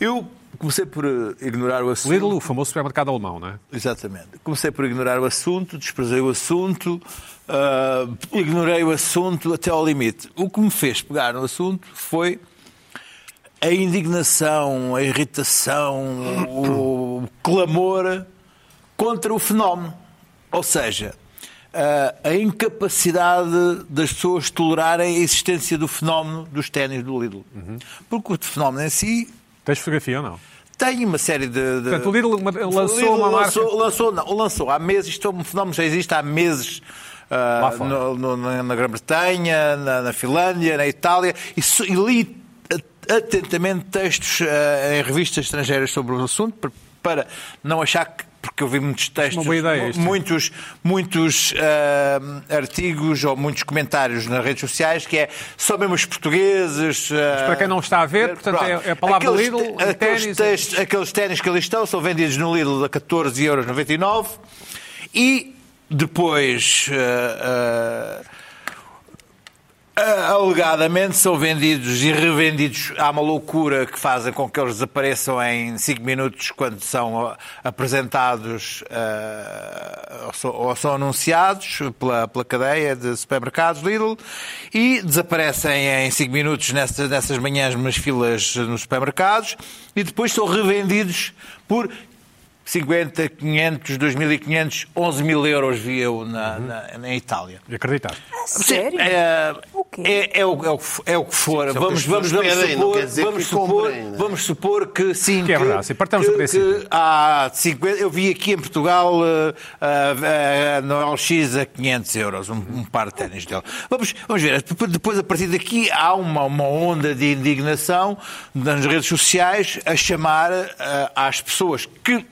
F: Eu comecei por eh, ignorar o assunto.
A: Lidl, o famoso supermercado alemão, não é?
F: Exatamente. Comecei por ignorar o assunto, desprezei o assunto, ah, ignorei o assunto até ao limite. O que me fez pegar no assunto foi a indignação, a irritação, o clamor contra o fenómeno. Ou seja, ah, a incapacidade das pessoas tolerarem a existência do fenómeno dos ténis do Lidl. Porque o fenómeno em si
A: Tens fotografia ou não?
F: tem uma série de. de-
A: Portanto, o Lidl uma- lançou uma
F: Lançou, lançou, não, lançou há meses, isto é um fenómeno que já existe há meses. ah,
A: Lá fora.
F: no- no- na na Grã-Bretanha, na, na Finlândia, na Itália, e, so- e li at- atentamente textos ah, em revistas estrangeiras sobre o assunto, para para não achar que. Porque eu vi muitos textos,
A: boa ideia isto.
F: muitos, muitos ah, artigos ou muitos comentários nas redes sociais que é só mesmo os portugueses. ah,
A: para quem não está a ver, portanto, é-
F: Pronto.
A: é a palavra
F: aqueles,
A: Lidl
F: te-
A: em
F: aqueles,
A: ténis.
F: textos- aqueles ténis que ali estão são vendidos no Lidl a 14,99€ e depois, eh, ah, ah, ah, alegadamente, são vendidos e revendidos. Há uma loucura que fazem com que eles desapareçam em 5 minutos quando são ah, apresentados ah, ou, são, ou são anunciados pela, pela cadeia de supermercados Lidl e desaparecem em 5 minutos nessas, nessas manhãs, umas filas nos supermercados e depois são revendidos por 50, 500, 2.500, 11 mil euros via eu na, na, na Itália.
A: E acreditar.
C: A sério?
F: Ah, Sim, é,
C: O quê?
F: é, é o, é, o, que f- é o que for.
B: Sim, só
F: vamos,
B: que as
F: vamos,
B: pessoas
F: vamos,
B: pedem, não quer
F: supor,
B: dizer
F: vamos,
B: que
F: supor,
B: comprem, né?
F: vamos supor que sim.
A: Que é verdade, sim, partamos do
F: que-
A: princípio.
F: que há 50, eu vi aqui em Portugal eh, ah, ah, no LX a 500 euros, um, um par de ténis dele. Vamos, vamos ver, depois- depois a partir daqui há uma, uma onda de indignação nas redes sociais a chamar ah, às pessoas que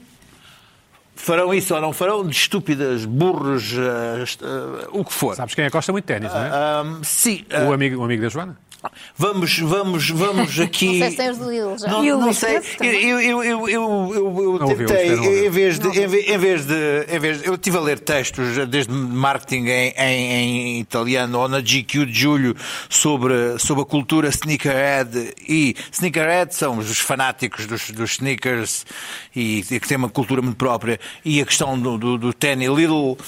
F: farão isso ou não farão de estúpidas, burros, ah, est- ah, o que for.
A: Sabes quem é que gosta muito de ténis, não é?
F: Ahm, sim, ah,
A: O amigo, o amigo da Joana?
F: vamos, vamos, vamos aqui.
E: Não sei se é os do Lidl já.
F: Não,
C: E o
F: não
C: Luís
F: sei.
C: Pedro
F: Eu,
C: também?
F: eu, eu, eu, eu, eu
A: Não ouviu, um
F: tentei,
A: espero não ouvir.
F: em vez de, em vez, em vez de, em vez de- eu estive a ler textos desde marketing em, em- em italiano ou na GQ de julho sobre, sobre a cultura sneakerhead e sneakerhead são os fanáticos dos, dos sneakers e, e que têm uma cultura muito própria e a questão do, do, do Tenny Little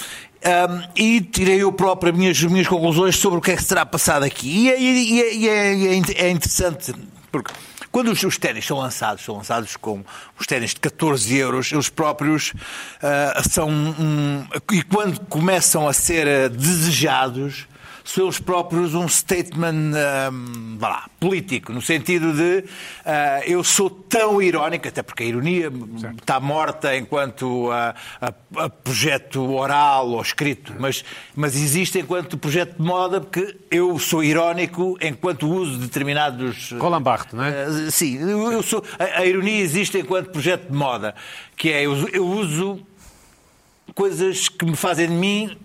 F: um, e tirei eu próprio as minhas, as minhas conclusões sobre o que é que se terá passado aqui. E, é- e é- e é- e é in- é interessante, porque quando os, os ténis são lançados, são lançados com os ténis de 14 euros, eles próprios ah, são. um- e quando começam a ser ah, desejados, são eles próprios um statement ahm, vá lá, político, no sentido de ah, eu sou tão irónico, até porque a ironia está morta enquanto ah, a- a projeto oral ou escrito, mas, mas existe enquanto projeto de moda, porque eu sou irónico enquanto uso determinados.
A: Roland Barthes, não é?
F: Ah, Sim, eu eu sou, a, a ironia existe enquanto projeto de moda, que é eu, eu uso coisas que me fazem de mim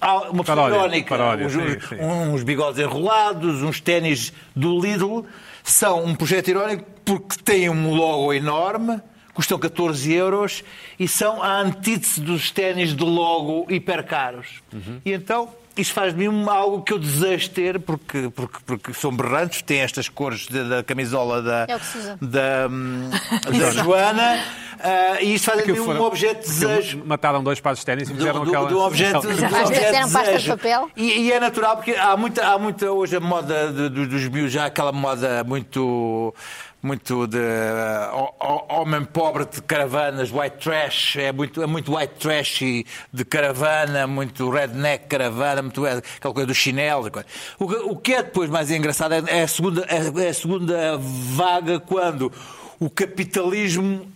F: al- uma pessoa
A: Paródia,
F: irónica. um
A: paródia,
F: uns,
A: sim, sim.
F: uns bigodes enrolados, uns ténis do Lidl, são um projeto irónico porque têm um logo enorme, custam 14 euros e são a antítese dos ténis de logo hipercaros. E então. Isso faz de mim algo que eu desejo ter, porque, porque, porque são berrantes, têm estas cores de- da camisola da,
E: É o que se usa.
F: da, hum, da Joana, ah, e isso faz de mim
A: Aquilo
F: um
A: foram-
F: objeto de
A: aquilo
F: desejo
A: Mataram dois pares de ténis e fizeram
F: do, do-
A: aquela.
F: do objeto, do
A: Então,
E: Às vezes
F: objeto
E: eram pastas de
F: desejo.
E: papel.
F: E, e é natural, porque há muita, há muita hoje a moda de- do- dos miúdos, há aquela moda muito. Muito de eh, ho- ho- homem pobre de caravanas, white trash, é muito, é muito white trash e de caravana, muito redneck caravana, muito eh, aquela coisa do chinelo. e coisa. O, que- o que é depois mais engraçado é, é a segunda, é- é a segunda vaga quando o capitalismo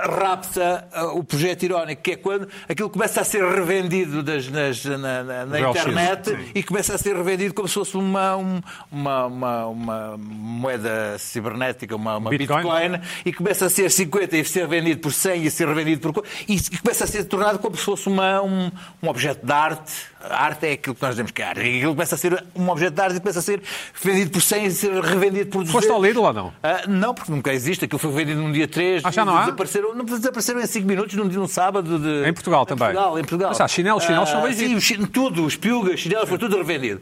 F: rapta ah, o projeto irónico, que é quando aquilo começa a ser revendido das- nas- na, na- na
A: Real
F: internet
A: X, sim.
F: e começa a ser revendido como se fosse uma, um- uma, uma- uma moeda cibernética, uma, uma
A: Bitcoin. é?
F: Bitcoin. e começa a ser 50 e ser vendido por 100 e ser revendido por... co- e isso começa a ser tornado como se fosse uma, um, um objeto de arte. A arte é aquilo que nós dizemos que é arte. E aquilo começa a ser um objeto de arte e começa a ser vendido por 100 e ser revendido por 200.
A: Foste ao Lidl ou não?
F: Ah, não, porque nunca existe. Aquilo foi vendido num dia 3.
A: Ah, já não há?
F: Desapareceram, não, desapareceram em 5 minutos num, dia- num sábado. De...
A: Em Portugal também.
F: Em Portugal, em Portugal.
A: Mas há chinelos, chinelos são
F: Ah,
A: vendidos.
F: Sim, os chin- tudo, os piugas, chinelos, foi tudo revendido.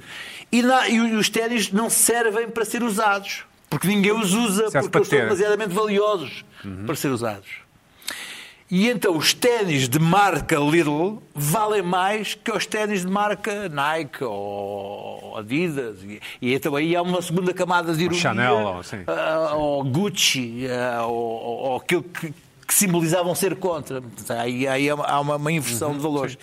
F: E, na- e os ténis não servem para ser usados. Porque ninguém os usa,
A: Serve
F: porque
A: para
F: eles são
A: ter.
F: demasiadamente valiosos para ser usados. E então os ténis de marca Lidl valem mais que os ténis de marca Nike ou Adidas. E, e então aí há uma segunda camada de ironia.
A: Chanel, ou assim.
F: ah, ou Gucci, ah, ou, ou- ou aquilo que, que simbolizavam ser contra. Portanto, Aí, aí há uma- há uma, uma inversão
A: Uhum.
F: de valores.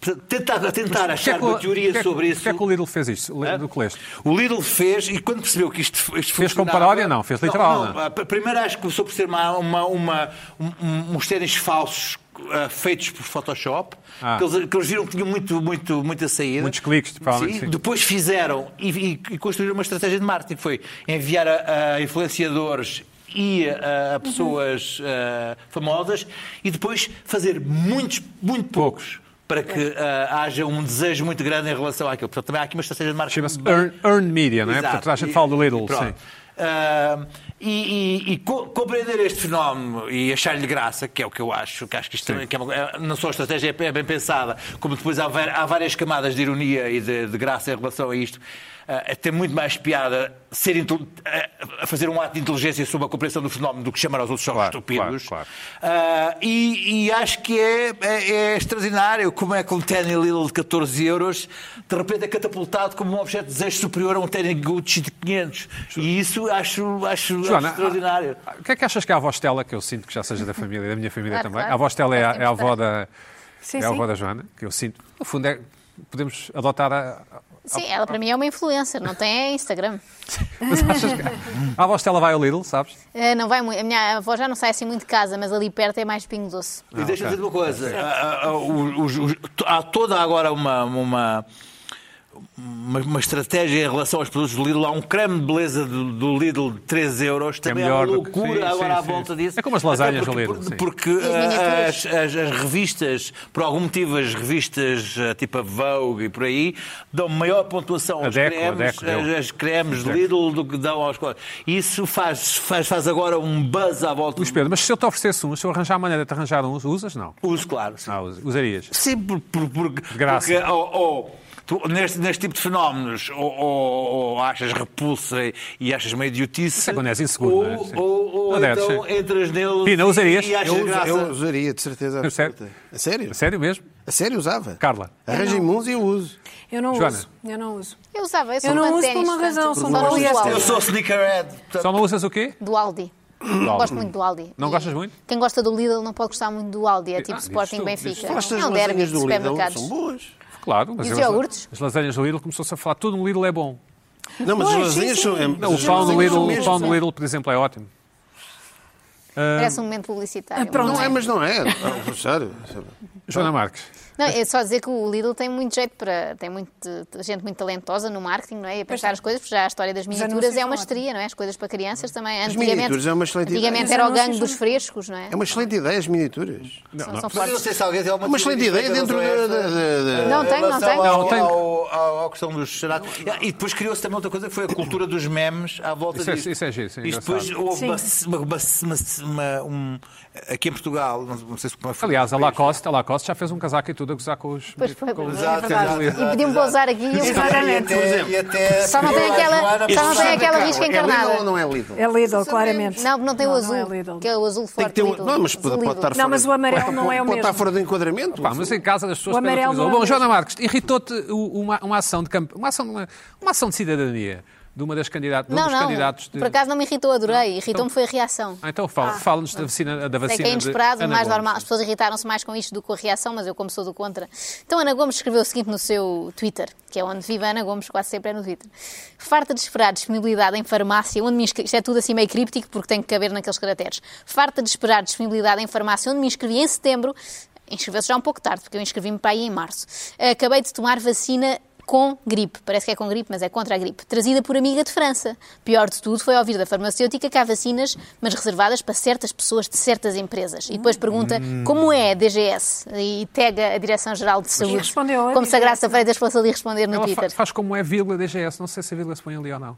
F: Portanto, Tentar, tentar
A: porquê
F: achar
A: que o-
F: uma
A: porquê
F: teoria
A: que-
F: sobre isso.
A: Porquê que o Lidl fez isto? Le-
F: Hã?
A: Do que leste?
F: O Lidl fez, e quando percebeu que isto, isto
A: Fez com
F: funcionava-
A: paródia? Não, fez literal, não é?
F: ah, pr- Primeiro acho que começou por ser uma, uma, uma- um- uns ténis falsos ah, feitos por Photoshop,
A: Ah.
F: que, eles, que eles viram que tinham muito, muito, muita saída.
A: Muitos cliques, provavelmente, sim.
F: Depois fizeram e, e- e construíram uma estratégia de marketing, que foi enviar a, a influenciadores ia ah, a pessoas
A: Uhum.
F: ah, famosas e depois fazer muitos, muito poucos para que ah, haja um desejo muito grande em relação àquilo. Portanto, também há aqui uma estratégia de marketing.
A: Chama-se earn, earn Media, não é? Portanto, a gente fala do Lidl,
F: Pronto.
A: sim.
F: Ah, e, e- e co- compreender este fenómeno e achar-lhe graça, que é o que eu acho, que acho que isto também- que é uma- é- não só a estratégia é bem pensada, como depois há, var- há várias camadas de ironia e de, de graça em relação a isto. ah, é ter muito mais piada ser intel- ah, a fazer um ato de inteligência sobre a compreensão do fenómeno do que chamar aos outros só
A: Claro,
F: estúpidos.
A: claro, claro.
F: Ah, e, e acho que é, é- é extraordinário como é que um Tenny Lidl de 14 euros de repente é catapultado como um objeto de desejo superior a um Tenny Gucci de 500. E isso acho, acho, acho
A: Joana,
F: extraordinário.
A: a- a- O que é que achas que é a avó Stella, que eu sinto que já seja da família, da minha família
E: Claro,
A: também?
E: claro.
A: A avó Stella é a, é a avó
E: Importante.
A: da.
C: Ah, Sim,
A: é a avó
C: sim.
A: da Joana, que eu sinto. No fundo, é, podemos adotar a. a-
E: Sim, ela para mim é uma influencer, não tem Instagram.
A: Mas achas que. A avó Stella vai ao Lidl, sabes?
E: Eh, Não vai muito. A minha avó já não sai assim muito de casa, mas ali perto é mais pingo doce.
F: E
A: tá.
F: deixa-me dizer uma
A: É.
F: coisa: Ah, ah, ah, os- os- to- há toda agora uma. uma uma, uma estratégia em relação aos produtos do Lidl. Há um creme de beleza do, do Lidl de 13 euros.
A: é
F: Também há
A: melhor
F: uma
A: do que-
F: loucura
A: sim,
F: agora
A: sim,
F: à
A: sim.
F: volta disso.
A: É como as lasanhas
F: Até porque,
A: do Lidl, sim.
F: Porque
E: E as
F: ah,
E: miniaturas.
F: as, as- as revistas, por algum motivo, as revistas ah, tipo a Vogue e por aí, dão maior pontuação aos
A: Deco, a
F: cremes,
A: Deco deu.
F: às- às cremes Lidl do que dão aos... co- Isso faz, faz, faz agora um buzz à volta.
A: Luís Pedro, mas se eu te oferecesse uns, se eu arranjar a maneira de te arranjar uns, usas? Não.
F: Uso, claro. sim.
A: Não, us- usarias.
F: Sim, por, por, por,
A: graça.
F: porque ou, ou tu- neste, neste tipo de fenómenos ou, ou- ou achas repulsa e- e achas uma idiotice.
A: Isso é quando és inseguro,
F: ou,
A: não é? Sim.
F: ou, ou
A: Não deve
F: então
A: ser.
F: entras nele
A: Pina,
F: e-
A: usarias?
F: e achas
A: Eu uso-
F: é graça.
B: Eu usaria, de certeza
A: É sério?
B: absoluta. A sério?
A: Sério mesmo?
B: A sério usava?
A: Carla.
B: Arranjem-me uns e eu uso.
C: Eu não
A: Joana.
C: uso. Eu não uso.
E: Eu usava, eu sou
C: Eu não
E: fã de
C: uso por
E: ténis,
C: uma
E: portanto,
C: razão, são
E: só
C: boas
E: uso do
C: estas.
F: Eu
E: Aldi.
F: sou sneakerhead. portanto,
A: Só não usas o quê?
E: Do Aldi. Gosto muito do Aldi.
A: Não
E: E
A: gostas muito?
E: Quem gosta do Lidl não pode gostar muito do Aldi. É tipo
A: Ah, dizes tu,
E: Sporting Benfica.
B: Estas
E: É um derby
B: lasanhas
E: de
B: do Lidl são
E: supermercados.
B: boas.
A: Claro, mas
E: E
A: eu-
E: os iogurtes?
A: As lasanhas do Lidl começou-se a falar, tudo no Lidl é bom.
B: Não, mas
C: Pois,
B: as lasanhas
C: sim,
B: são...
C: sim.
A: Não, o
B: as
A: pão do
B: lasanhas são
A: Lidl, o
B: mesmo-
A: pão do Lidl, por exemplo, é ótimo.
E: Parece um momento publicitário.
C: Ah, pronto.
E: mas
B: Não
E: não
B: é,
E: é.
B: mas não é. Ah, Sério.
A: Joana Marques.
E: Não, é só dizer que o Lidl tem muito jeito para. tem muito, gente muito talentosa no marketing, não é? E a pensar as coisas, porque já a história das miniaturas
C: anúncios
E: é uma
C: são
E: estria, não é? As coisas para crianças também.
B: miniaturas é uma excelente ideia.
E: Antigamente
C: Os
E: era o
C: anúncios
E: gangue
C: são-
E: dos frescos, não é?
B: É uma excelente ideia, as miniaturas.
E: São- são
F: Mas eu não
E: fortes.
F: sei se alguém tem alguma
B: É uma excelente ideia dentro da... da- da- da-
E: Não tem, não tem.
A: Não, tem.
F: À questão dos charatos. E depois criou-se também outra coisa que foi a cultura dos memes à volta
A: Isso é-
F: disso.
A: isso é giro, isso é
F: E depois
A: engraçado.
F: houve
C: Sim.
F: uma, uma, uma, uma- um, aqui em Portugal, não, não sei se como é que foi.
A: Aliás, a Lacoste, a Lacoste já fez um casaco e tudo a gozar com os...
E: Pois foi,
A: com os-
E: é
A: verdade.
E: E pediu-me para usar aqui e eu-
B: Exatamente.
E: Só não tem aquela- só não tem aquela risca
B: É Lidl
E: encarnada.
B: ou não é Lidl?
C: É Lidl, claramente.
E: Não, não tem o azul.
C: Não é Lidl.
E: que é o azul
B: Tem
E: forte.
B: que ter um...
E: Lidl.
B: Não, mas
E: Azul
B: pode, pode
E: Lidl.
B: estar
C: Não,
B: fora...
C: mas o amarelo
B: pode-
C: não é o
B: Pode estar
C: mesmo.
B: fora do enquadramento.
A: Pá, mas em casa das pessoas
C: O
A: pegam no
C: amarelo
A: televisor.
C: não é
A: Bom,
C: o
A: Joana Marques, irritou-te o- uma, uma ação de campo, uma ação, uma, uma ação de cidadania de uma das candidatas, de um
E: Não,
A: dos
E: não.
A: candidatos de...
E: Por acaso não me irritou, adorei. Irritou-me foi a reação.
A: Ah, então fala- fala-nos da vacina, da
E: Sei
A: vacina
E: que é inesperado,
A: de Ana
E: mais
A: Gomes.
E: normal. As pessoas irritaram-se mais com isto do que com a reação, mas eu, como sou do contra. Então, Ana Gomes escreveu o seguinte no seu Twitter, que é onde vive a Ana Gomes, quase sempre é no Twitter. Farta de esperar disponibilidade em farmácia, onde me inscrevi. Isto é tudo assim meio críptico, porque tem que caber naqueles caracteres. Farta de esperar disponibilidade em farmácia, onde me inscrevi em setembro. Inscreveu-se já um pouco tarde, porque eu inscrevi-me para aí em março. Acabei de tomar vacina com gripe. Parece que é com gripe, mas é contra a gripe. Trazida por amiga de França. Pior de tudo foi ouvir da farmacêutica que há vacinas, mas reservadas para certas pessoas de certas empresas. E depois pergunta
A: Hum.
E: como é a DGS e tega a Direção-Geral de Saúde.
C: respondeu a
E: como se a
C: DGS.
E: Graça Freitas fosse ali responder no
A: Ela fa-
E: Twitter.
A: faz como é vírgula DGS, não sei se a vírgula se põe ali ou não.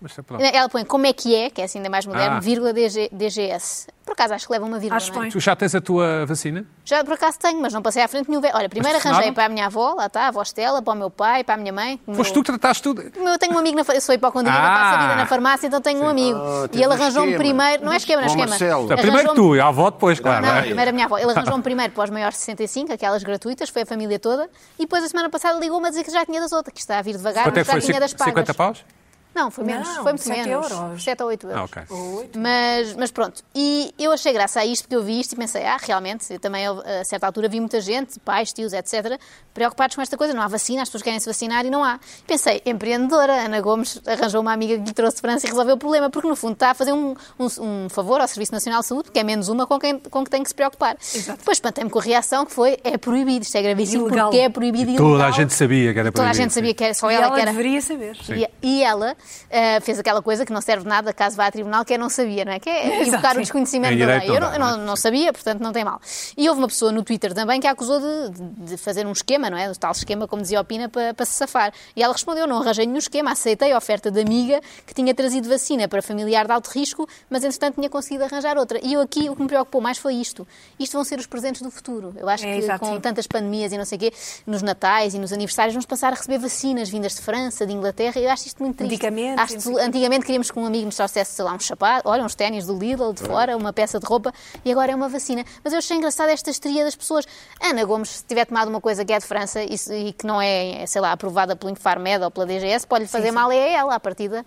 A: Mas é pronto.
E: Ela põe como é que é, que é assim ainda mais moderno,
A: Ah.
E: vírgula DG, DGS. Por acaso acho que leva uma vírgula.
C: Acho
E: não é?
C: bem.
A: Tu já tens a tua vacina?
E: Já por acaso tenho, mas não passei à frente nenhum. velho. Olha, primeiro
A: Mas te
E: arranjei
A: ensinaram?
E: para a minha avó, lá está, a avó Estela, para o meu pai, para a minha mãe. o
A: Foste
E: meu-
A: tu que trataste tudo.
E: Como Eu tenho um amigo, na, fa- eu sou hipocondríaca,
A: Ah!
E: passo a vida na farmácia, então tenho um amigo.
B: Ah,
E: e ele
B: tens um
E: arranjou-me
B: esquema.
E: primeiro, não é esquema, não
B: Ó,
E: é esquema.
B: Marcelo. Tá,
A: Primeiro
E: Arranjou-me-
C: um-
A: tu, e a avó depois, claro.
E: Não,
A: não é?
E: primeiro a minha avó. Ele arranjou-me primeiro para os maiores de 65, aquelas gratuitas, foi a família toda. E depois, a semana passada, ligou-me a dizer que já tinha das outras, que está a vir devagar,
A: Quanto é
E: mas
A: que foi?
E: já tinha das
A: Cinco-
E: pagas.
A: 50 paus?
E: Não, foi menos,
C: Não,
E: foi muito
C: sete
E: menos.
C: euros.
E: 7 ou 8 euros.
A: Ah, ok.
E: Mas, mas pronto, e eu achei graça a isto porque eu vi isto e pensei, ah, realmente, eu também a certa altura vi muita gente, pais, tios, etc., preocupados com esta coisa. Não há vacina, as pessoas querem se vacinar e não há. Pensei, empreendedora, Ana Gomes arranjou uma amiga que lhe trouxe de França e resolveu o problema, porque no fundo está a fazer um, um- um favor ao Serviço Nacional de Saúde, que é menos uma com, quem, com que tem que se preocupar. Depois espantei-me com a reação que foi, é proibido, isto é gravíssimo,
C: Ilegal. um
E: porque é proibido e
A: Toda a
E: ilegal.
A: gente sabia que era
E: Toda a
A: proibido,
E: gente sabia
A: sim.
E: que era só
C: E
E: ela,
C: ela
E: que era.
C: deveria saber.
E: E, e ela eh, fez aquela coisa que não serve de nada caso vá a tribunal, que é não sabia, não é? Que é
C: Exato,
E: invocar
C: sim.
E: o desconhecimento
A: Em
E: da lei.
A: direito
E: Eu
A: não
E: não,
A: dá,
E: eu
A: não é?
E: não- não sabia, portanto não tem mal. E houve uma pessoa no Twitter também que a acusou de, de fazer um esquema, não é? O tal esquema, como dizia a Opina, para, para se safar. E ela respondeu: não arranjei nenhum esquema, aceitei a oferta da amiga que tinha trazido vacina para familiar de alto risco, mas entretanto tinha conseguido arranjar outra. E eu aqui o que me preocupou mais foi isto. Isto vão ser os presentes do futuro. Eu acho
C: É,
E: que
C: exato,
E: com
C: sim.
E: tantas pandemias e não sei o quê, nos natais e nos aniversários, vamos passar a receber vacinas vindas de França, de Inglaterra. Eu acho isto muito triste.
C: Medicamentos,
E: Acho
C: não
E: desol- Antigamente queríamos que um amigo nos trouxesse, sei lá, um sapato, olha, uns ténis do Lidl
A: É.
E: de fora, uma peça de roupa e agora é uma vacina. Mas eu achei engraçada esta estria das pessoas. Ana Gomes, se tiver tomado uma coisa que é de França e, se- e que não é, é, sei lá, aprovada pelo Infarmed ou pela DGS, pode lhe fazer mal é a ela, à partida.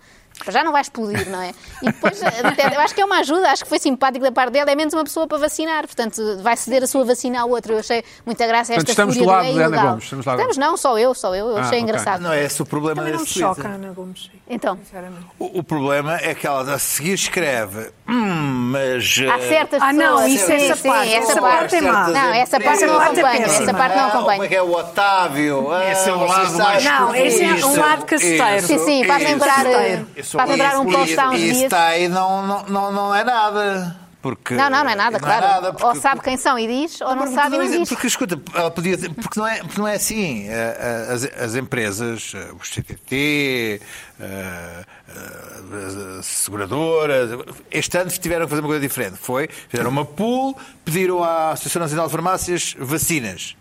E: Já não vai explodir, não é? E depois, até- eu acho que é uma ajuda, acho que foi simpático da parte dela, é menos uma pessoa para vacinar, portanto, vai ceder a sua vacina à outra. Eu achei muita graça esta
A: Portanto, estamos
E: fúria
A: do lado
E: é
A: de Ana
E: ilegal.
A: Gomes, estamos lá.
E: não, só eu, só eu, eu
A: Ah,
E: achei
A: ok.
E: engraçado.
F: Não é esse o problema
C: Também não me
F: desse
C: choca,
F: Twitter.
C: Ana Gomes.
E: Então.
C: Sinceramente.
F: O, o problema é que ela a seguir escreve, "Hum, mas. eh,
E: Há certas
C: Ah, não,
E: pessoas-
C: isso
E: sim,
C: é essa
E: sim,
C: parte.
E: Tá Essa
C: Essa
E: parte
C: parte é má.
E: Não, essa parte
C: Essa
E: não
C: parte é
E: acompanho. Essa
C: péssima.
E: parte não
F: Ah, Como é
E: acompanho.
F: que é o Otávio? Ah,
B: Esse é o
E: um
F: vocês
B: lado
F: sabem
B: mais
C: Não, esse é um
F: isso,
C: lado caceteiro.
E: Sim, sim, faz
F: isso.
E: lembrar, eh,
F: Isso,
E: faz lembrar um
F: isso,
E: post há uns
F: isso
E: dias.
F: está aí, não, não, não, não é nada. Porque
E: Não, não, não é nada, claro. Ou
F: porque-
E: sabe quem são e diz, ou não
F: Porque
E: sabe e
F: não
E: não
F: é-
E: diz.
F: Porque, escuta, ela podia ter- porque, não é, porque não é assim. Eh, eh, As, as empresas, eh, os CTT, eh, eh, as seguradoras, este ano tiveram que fazer uma coisa diferente. Foi, fizeram uma pool, pediram à Associação Nacional de Farmácias vacinas.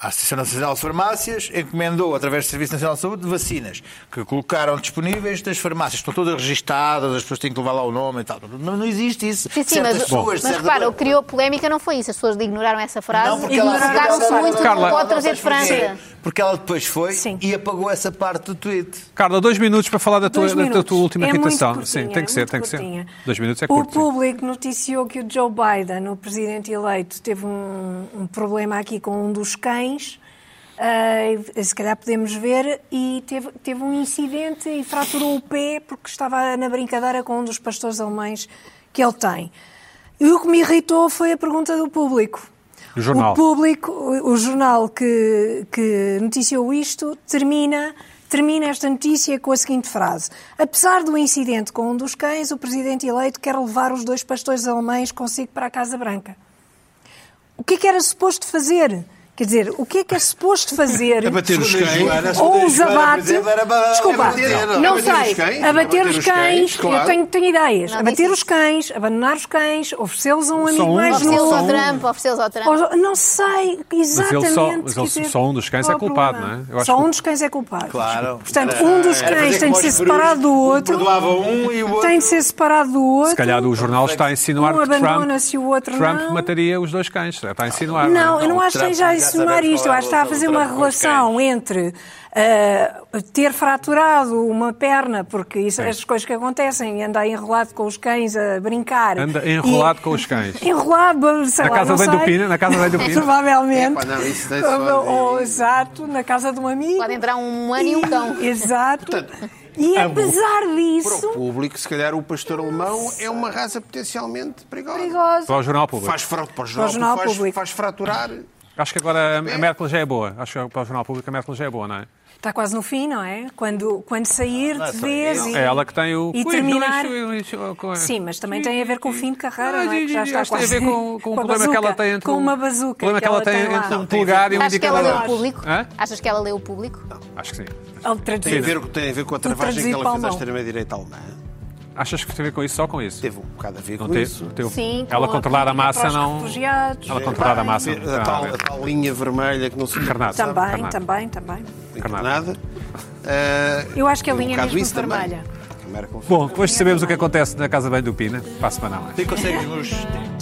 F: A Associação Nacional de Farmácias encomendou, através do Serviço Nacional de Saúde, vacinas que colocaram disponíveis das farmácias. Estão todas registadas, as pessoas têm que levar lá o nome e tal. Não, não existe isso.
E: Sim, sim,
F: Certas
E: mas, mas
F: pessoas, certas-
E: repara, o que criou polémica não foi isso. As pessoas ignoraram essa
F: Não,
E: frase
F: porque
E: e
F: ela-
E: focaram-se
F: Carla-
E: muito no
A: Carla-
E: que pode trazer de França.
F: Porque ela depois foi
C: Sim.
F: e apagou essa parte do tweet.
A: Carla, dois minutos para falar da tua,
C: Dois
A: da tua
C: minutos.
A: última
C: é muito
A: irritação.
C: curtinha,
A: Sim, tem que
C: é
A: ser,
C: muito
A: tem que ser.
C: curtinha.
A: Dois minutos é
C: O
A: curto. sim.
C: público noticiou que o Joe Biden, o presidente eleito, teve um, um problema aqui com um dos cães. ah, se calhar podemos ver, e teve, teve um incidente e fraturou o pé porque estava na brincadeira com um dos pastores alemães que ele tem. E o que me irritou foi a pergunta do público.
A: Do jornal.
C: O público, o o jornal que, que noticiou isto, termina, termina esta notícia com a seguinte frase. Apesar do incidente com um dos cães, o presidente eleito quer levar os dois pastores alemães consigo para a Casa Branca. O que é que era suposto fazer? Quer dizer, o que é que é suposto fazer?
B: Abater os
F: Segundo a
B: cães.
F: Joana, segundo
C: Ou
F: a
C: os
F: Joana, é por
C: abate.
F: exemplo, era ba-
C: Desculpa,
F: abater-
B: não,
C: não
B: abater os
C: sei.
B: cães,
C: Abater os cães, eu
B: claro.
C: tenho, tenho ideias.
E: Não,
C: Abater
E: disse
C: os cães, abandonar os cães, oferecê-los a um
A: Só
C: amigo
A: um?
C: mais
E: Ofereceu-os
C: novo.
E: ao Trump, ofereceu-os ao Trump.
C: Ou- Não sei, exatamente.
A: só- mas
C: quer
A: ele-
C: dizer,
A: só um dos cães
C: qual
A: é culpado,
C: problema?
A: não é? Eu acho
C: Só
A: que-
C: um dos cães é culpado.
F: Claro.
C: Portanto, um dos
F: Era fazer
C: cães tem de
F: como
C: ser
F: aos
C: separado do
F: Bruges,
C: outro.
F: Perdoava um e o outro.
C: Tem de ser separado do outro.
A: Se calhar o jornal está a insinuar
C: Um
A: que
C: abandona-se e o
A: Trump,
C: outro
A: Trump
C: não.
A: mataria os dois cães. Está a insinuar.
C: Não,
A: é?
C: eu não
F: o
C: acho que
F: Trump
C: esteja a
F: já sabemos
C: insinuar isto. Eu
F: qual é a
C: acho que está a fazer
F: relação
C: uma
F: do Trump com os
C: relação entre ah, ter fraturado uma perna, porque isso,
A: Sim.
C: as coisas que acontecem, andar enrolado com os cães a brincar.
A: Anda
C: e-
A: enrolado com os cães.
C: Enrolado, sei
A: Na
C: lá,
A: casa
C: não
A: bem do
C: sei.
A: Pina, na casa bem do Pina.
F: É,
C: Provavelmente.
B: Epá, não, isso daí só-
C: ou, ou, oh, exato, na casa de um amigo.
E: Pode entrar um humano e um cão.
C: Exato.
A: é
C: e apesar
B: Para o
C: disso,
B: público, se calhar o pastor alemão é uma raça potencialmente perigosa.
C: perigoso.
A: Para o jornal público.
B: Faz, fra... para o jornal,
C: jornal
B: faz,
C: público.
B: faz fraturar.
A: Acho que agora a a Merkel já é boa. Acho que para o jornal público a Merkel já é boa, não é?
C: Está quase no fim, não é? Quando, quando sair
F: Não é
C: de
F: só
C: vez
F: isso.
C: e,
A: É ela que tem o.
C: e terminar. Sim,
A: Sim,
C: mas também tem a ver com o fim de carreira, não é? Que já está
A: tem a ver
C: quase-
A: com, com o
C: com a
A: problema que ela
C: bazuca,
A: tem entre
C: com
A: um-
C: uma bazuca
A: o problema que ela tem,
C: lá.
A: entre um polegar e um
E: Achas que ela leu o
A: indicador.
E: público?
A: Hã?
E: Achas que ela leu o público?
A: Acho que sim.
C: Ele traduziu.
B: Tem a, ver, tem a ver com a travagem que
C: traduzir
B: ela
C: para
B: fez à
C: alemão.
B: extrema-direita alemã.
A: Achas que tem a ver com isso? Só com isso?
B: Teve um bocado a ver
A: Não
B: com
A: teve?
B: isso.
A: Teve.
E: Sim, com
A: Ela
E: a
A: controlar a
C: política
A: massa
C: para os
A: não.
C: refugiados.
A: Ela controlar a
C: Também.
A: massa.
B: A tal, a tal linha vermelha que não se
A: Ah, Encarnado.
C: Também,
A: Encarnado.
C: também, também.
B: nada. Ah,
C: Eu acho que a
B: um
C: linha é
B: bocado
C: mesmo
B: isso também.
C: vermelha.
B: A Merkel-
A: Bom, depois sabemos o que acontece na Casa Bem do Pina. Para a semana há mais.
F: E consegue-nos.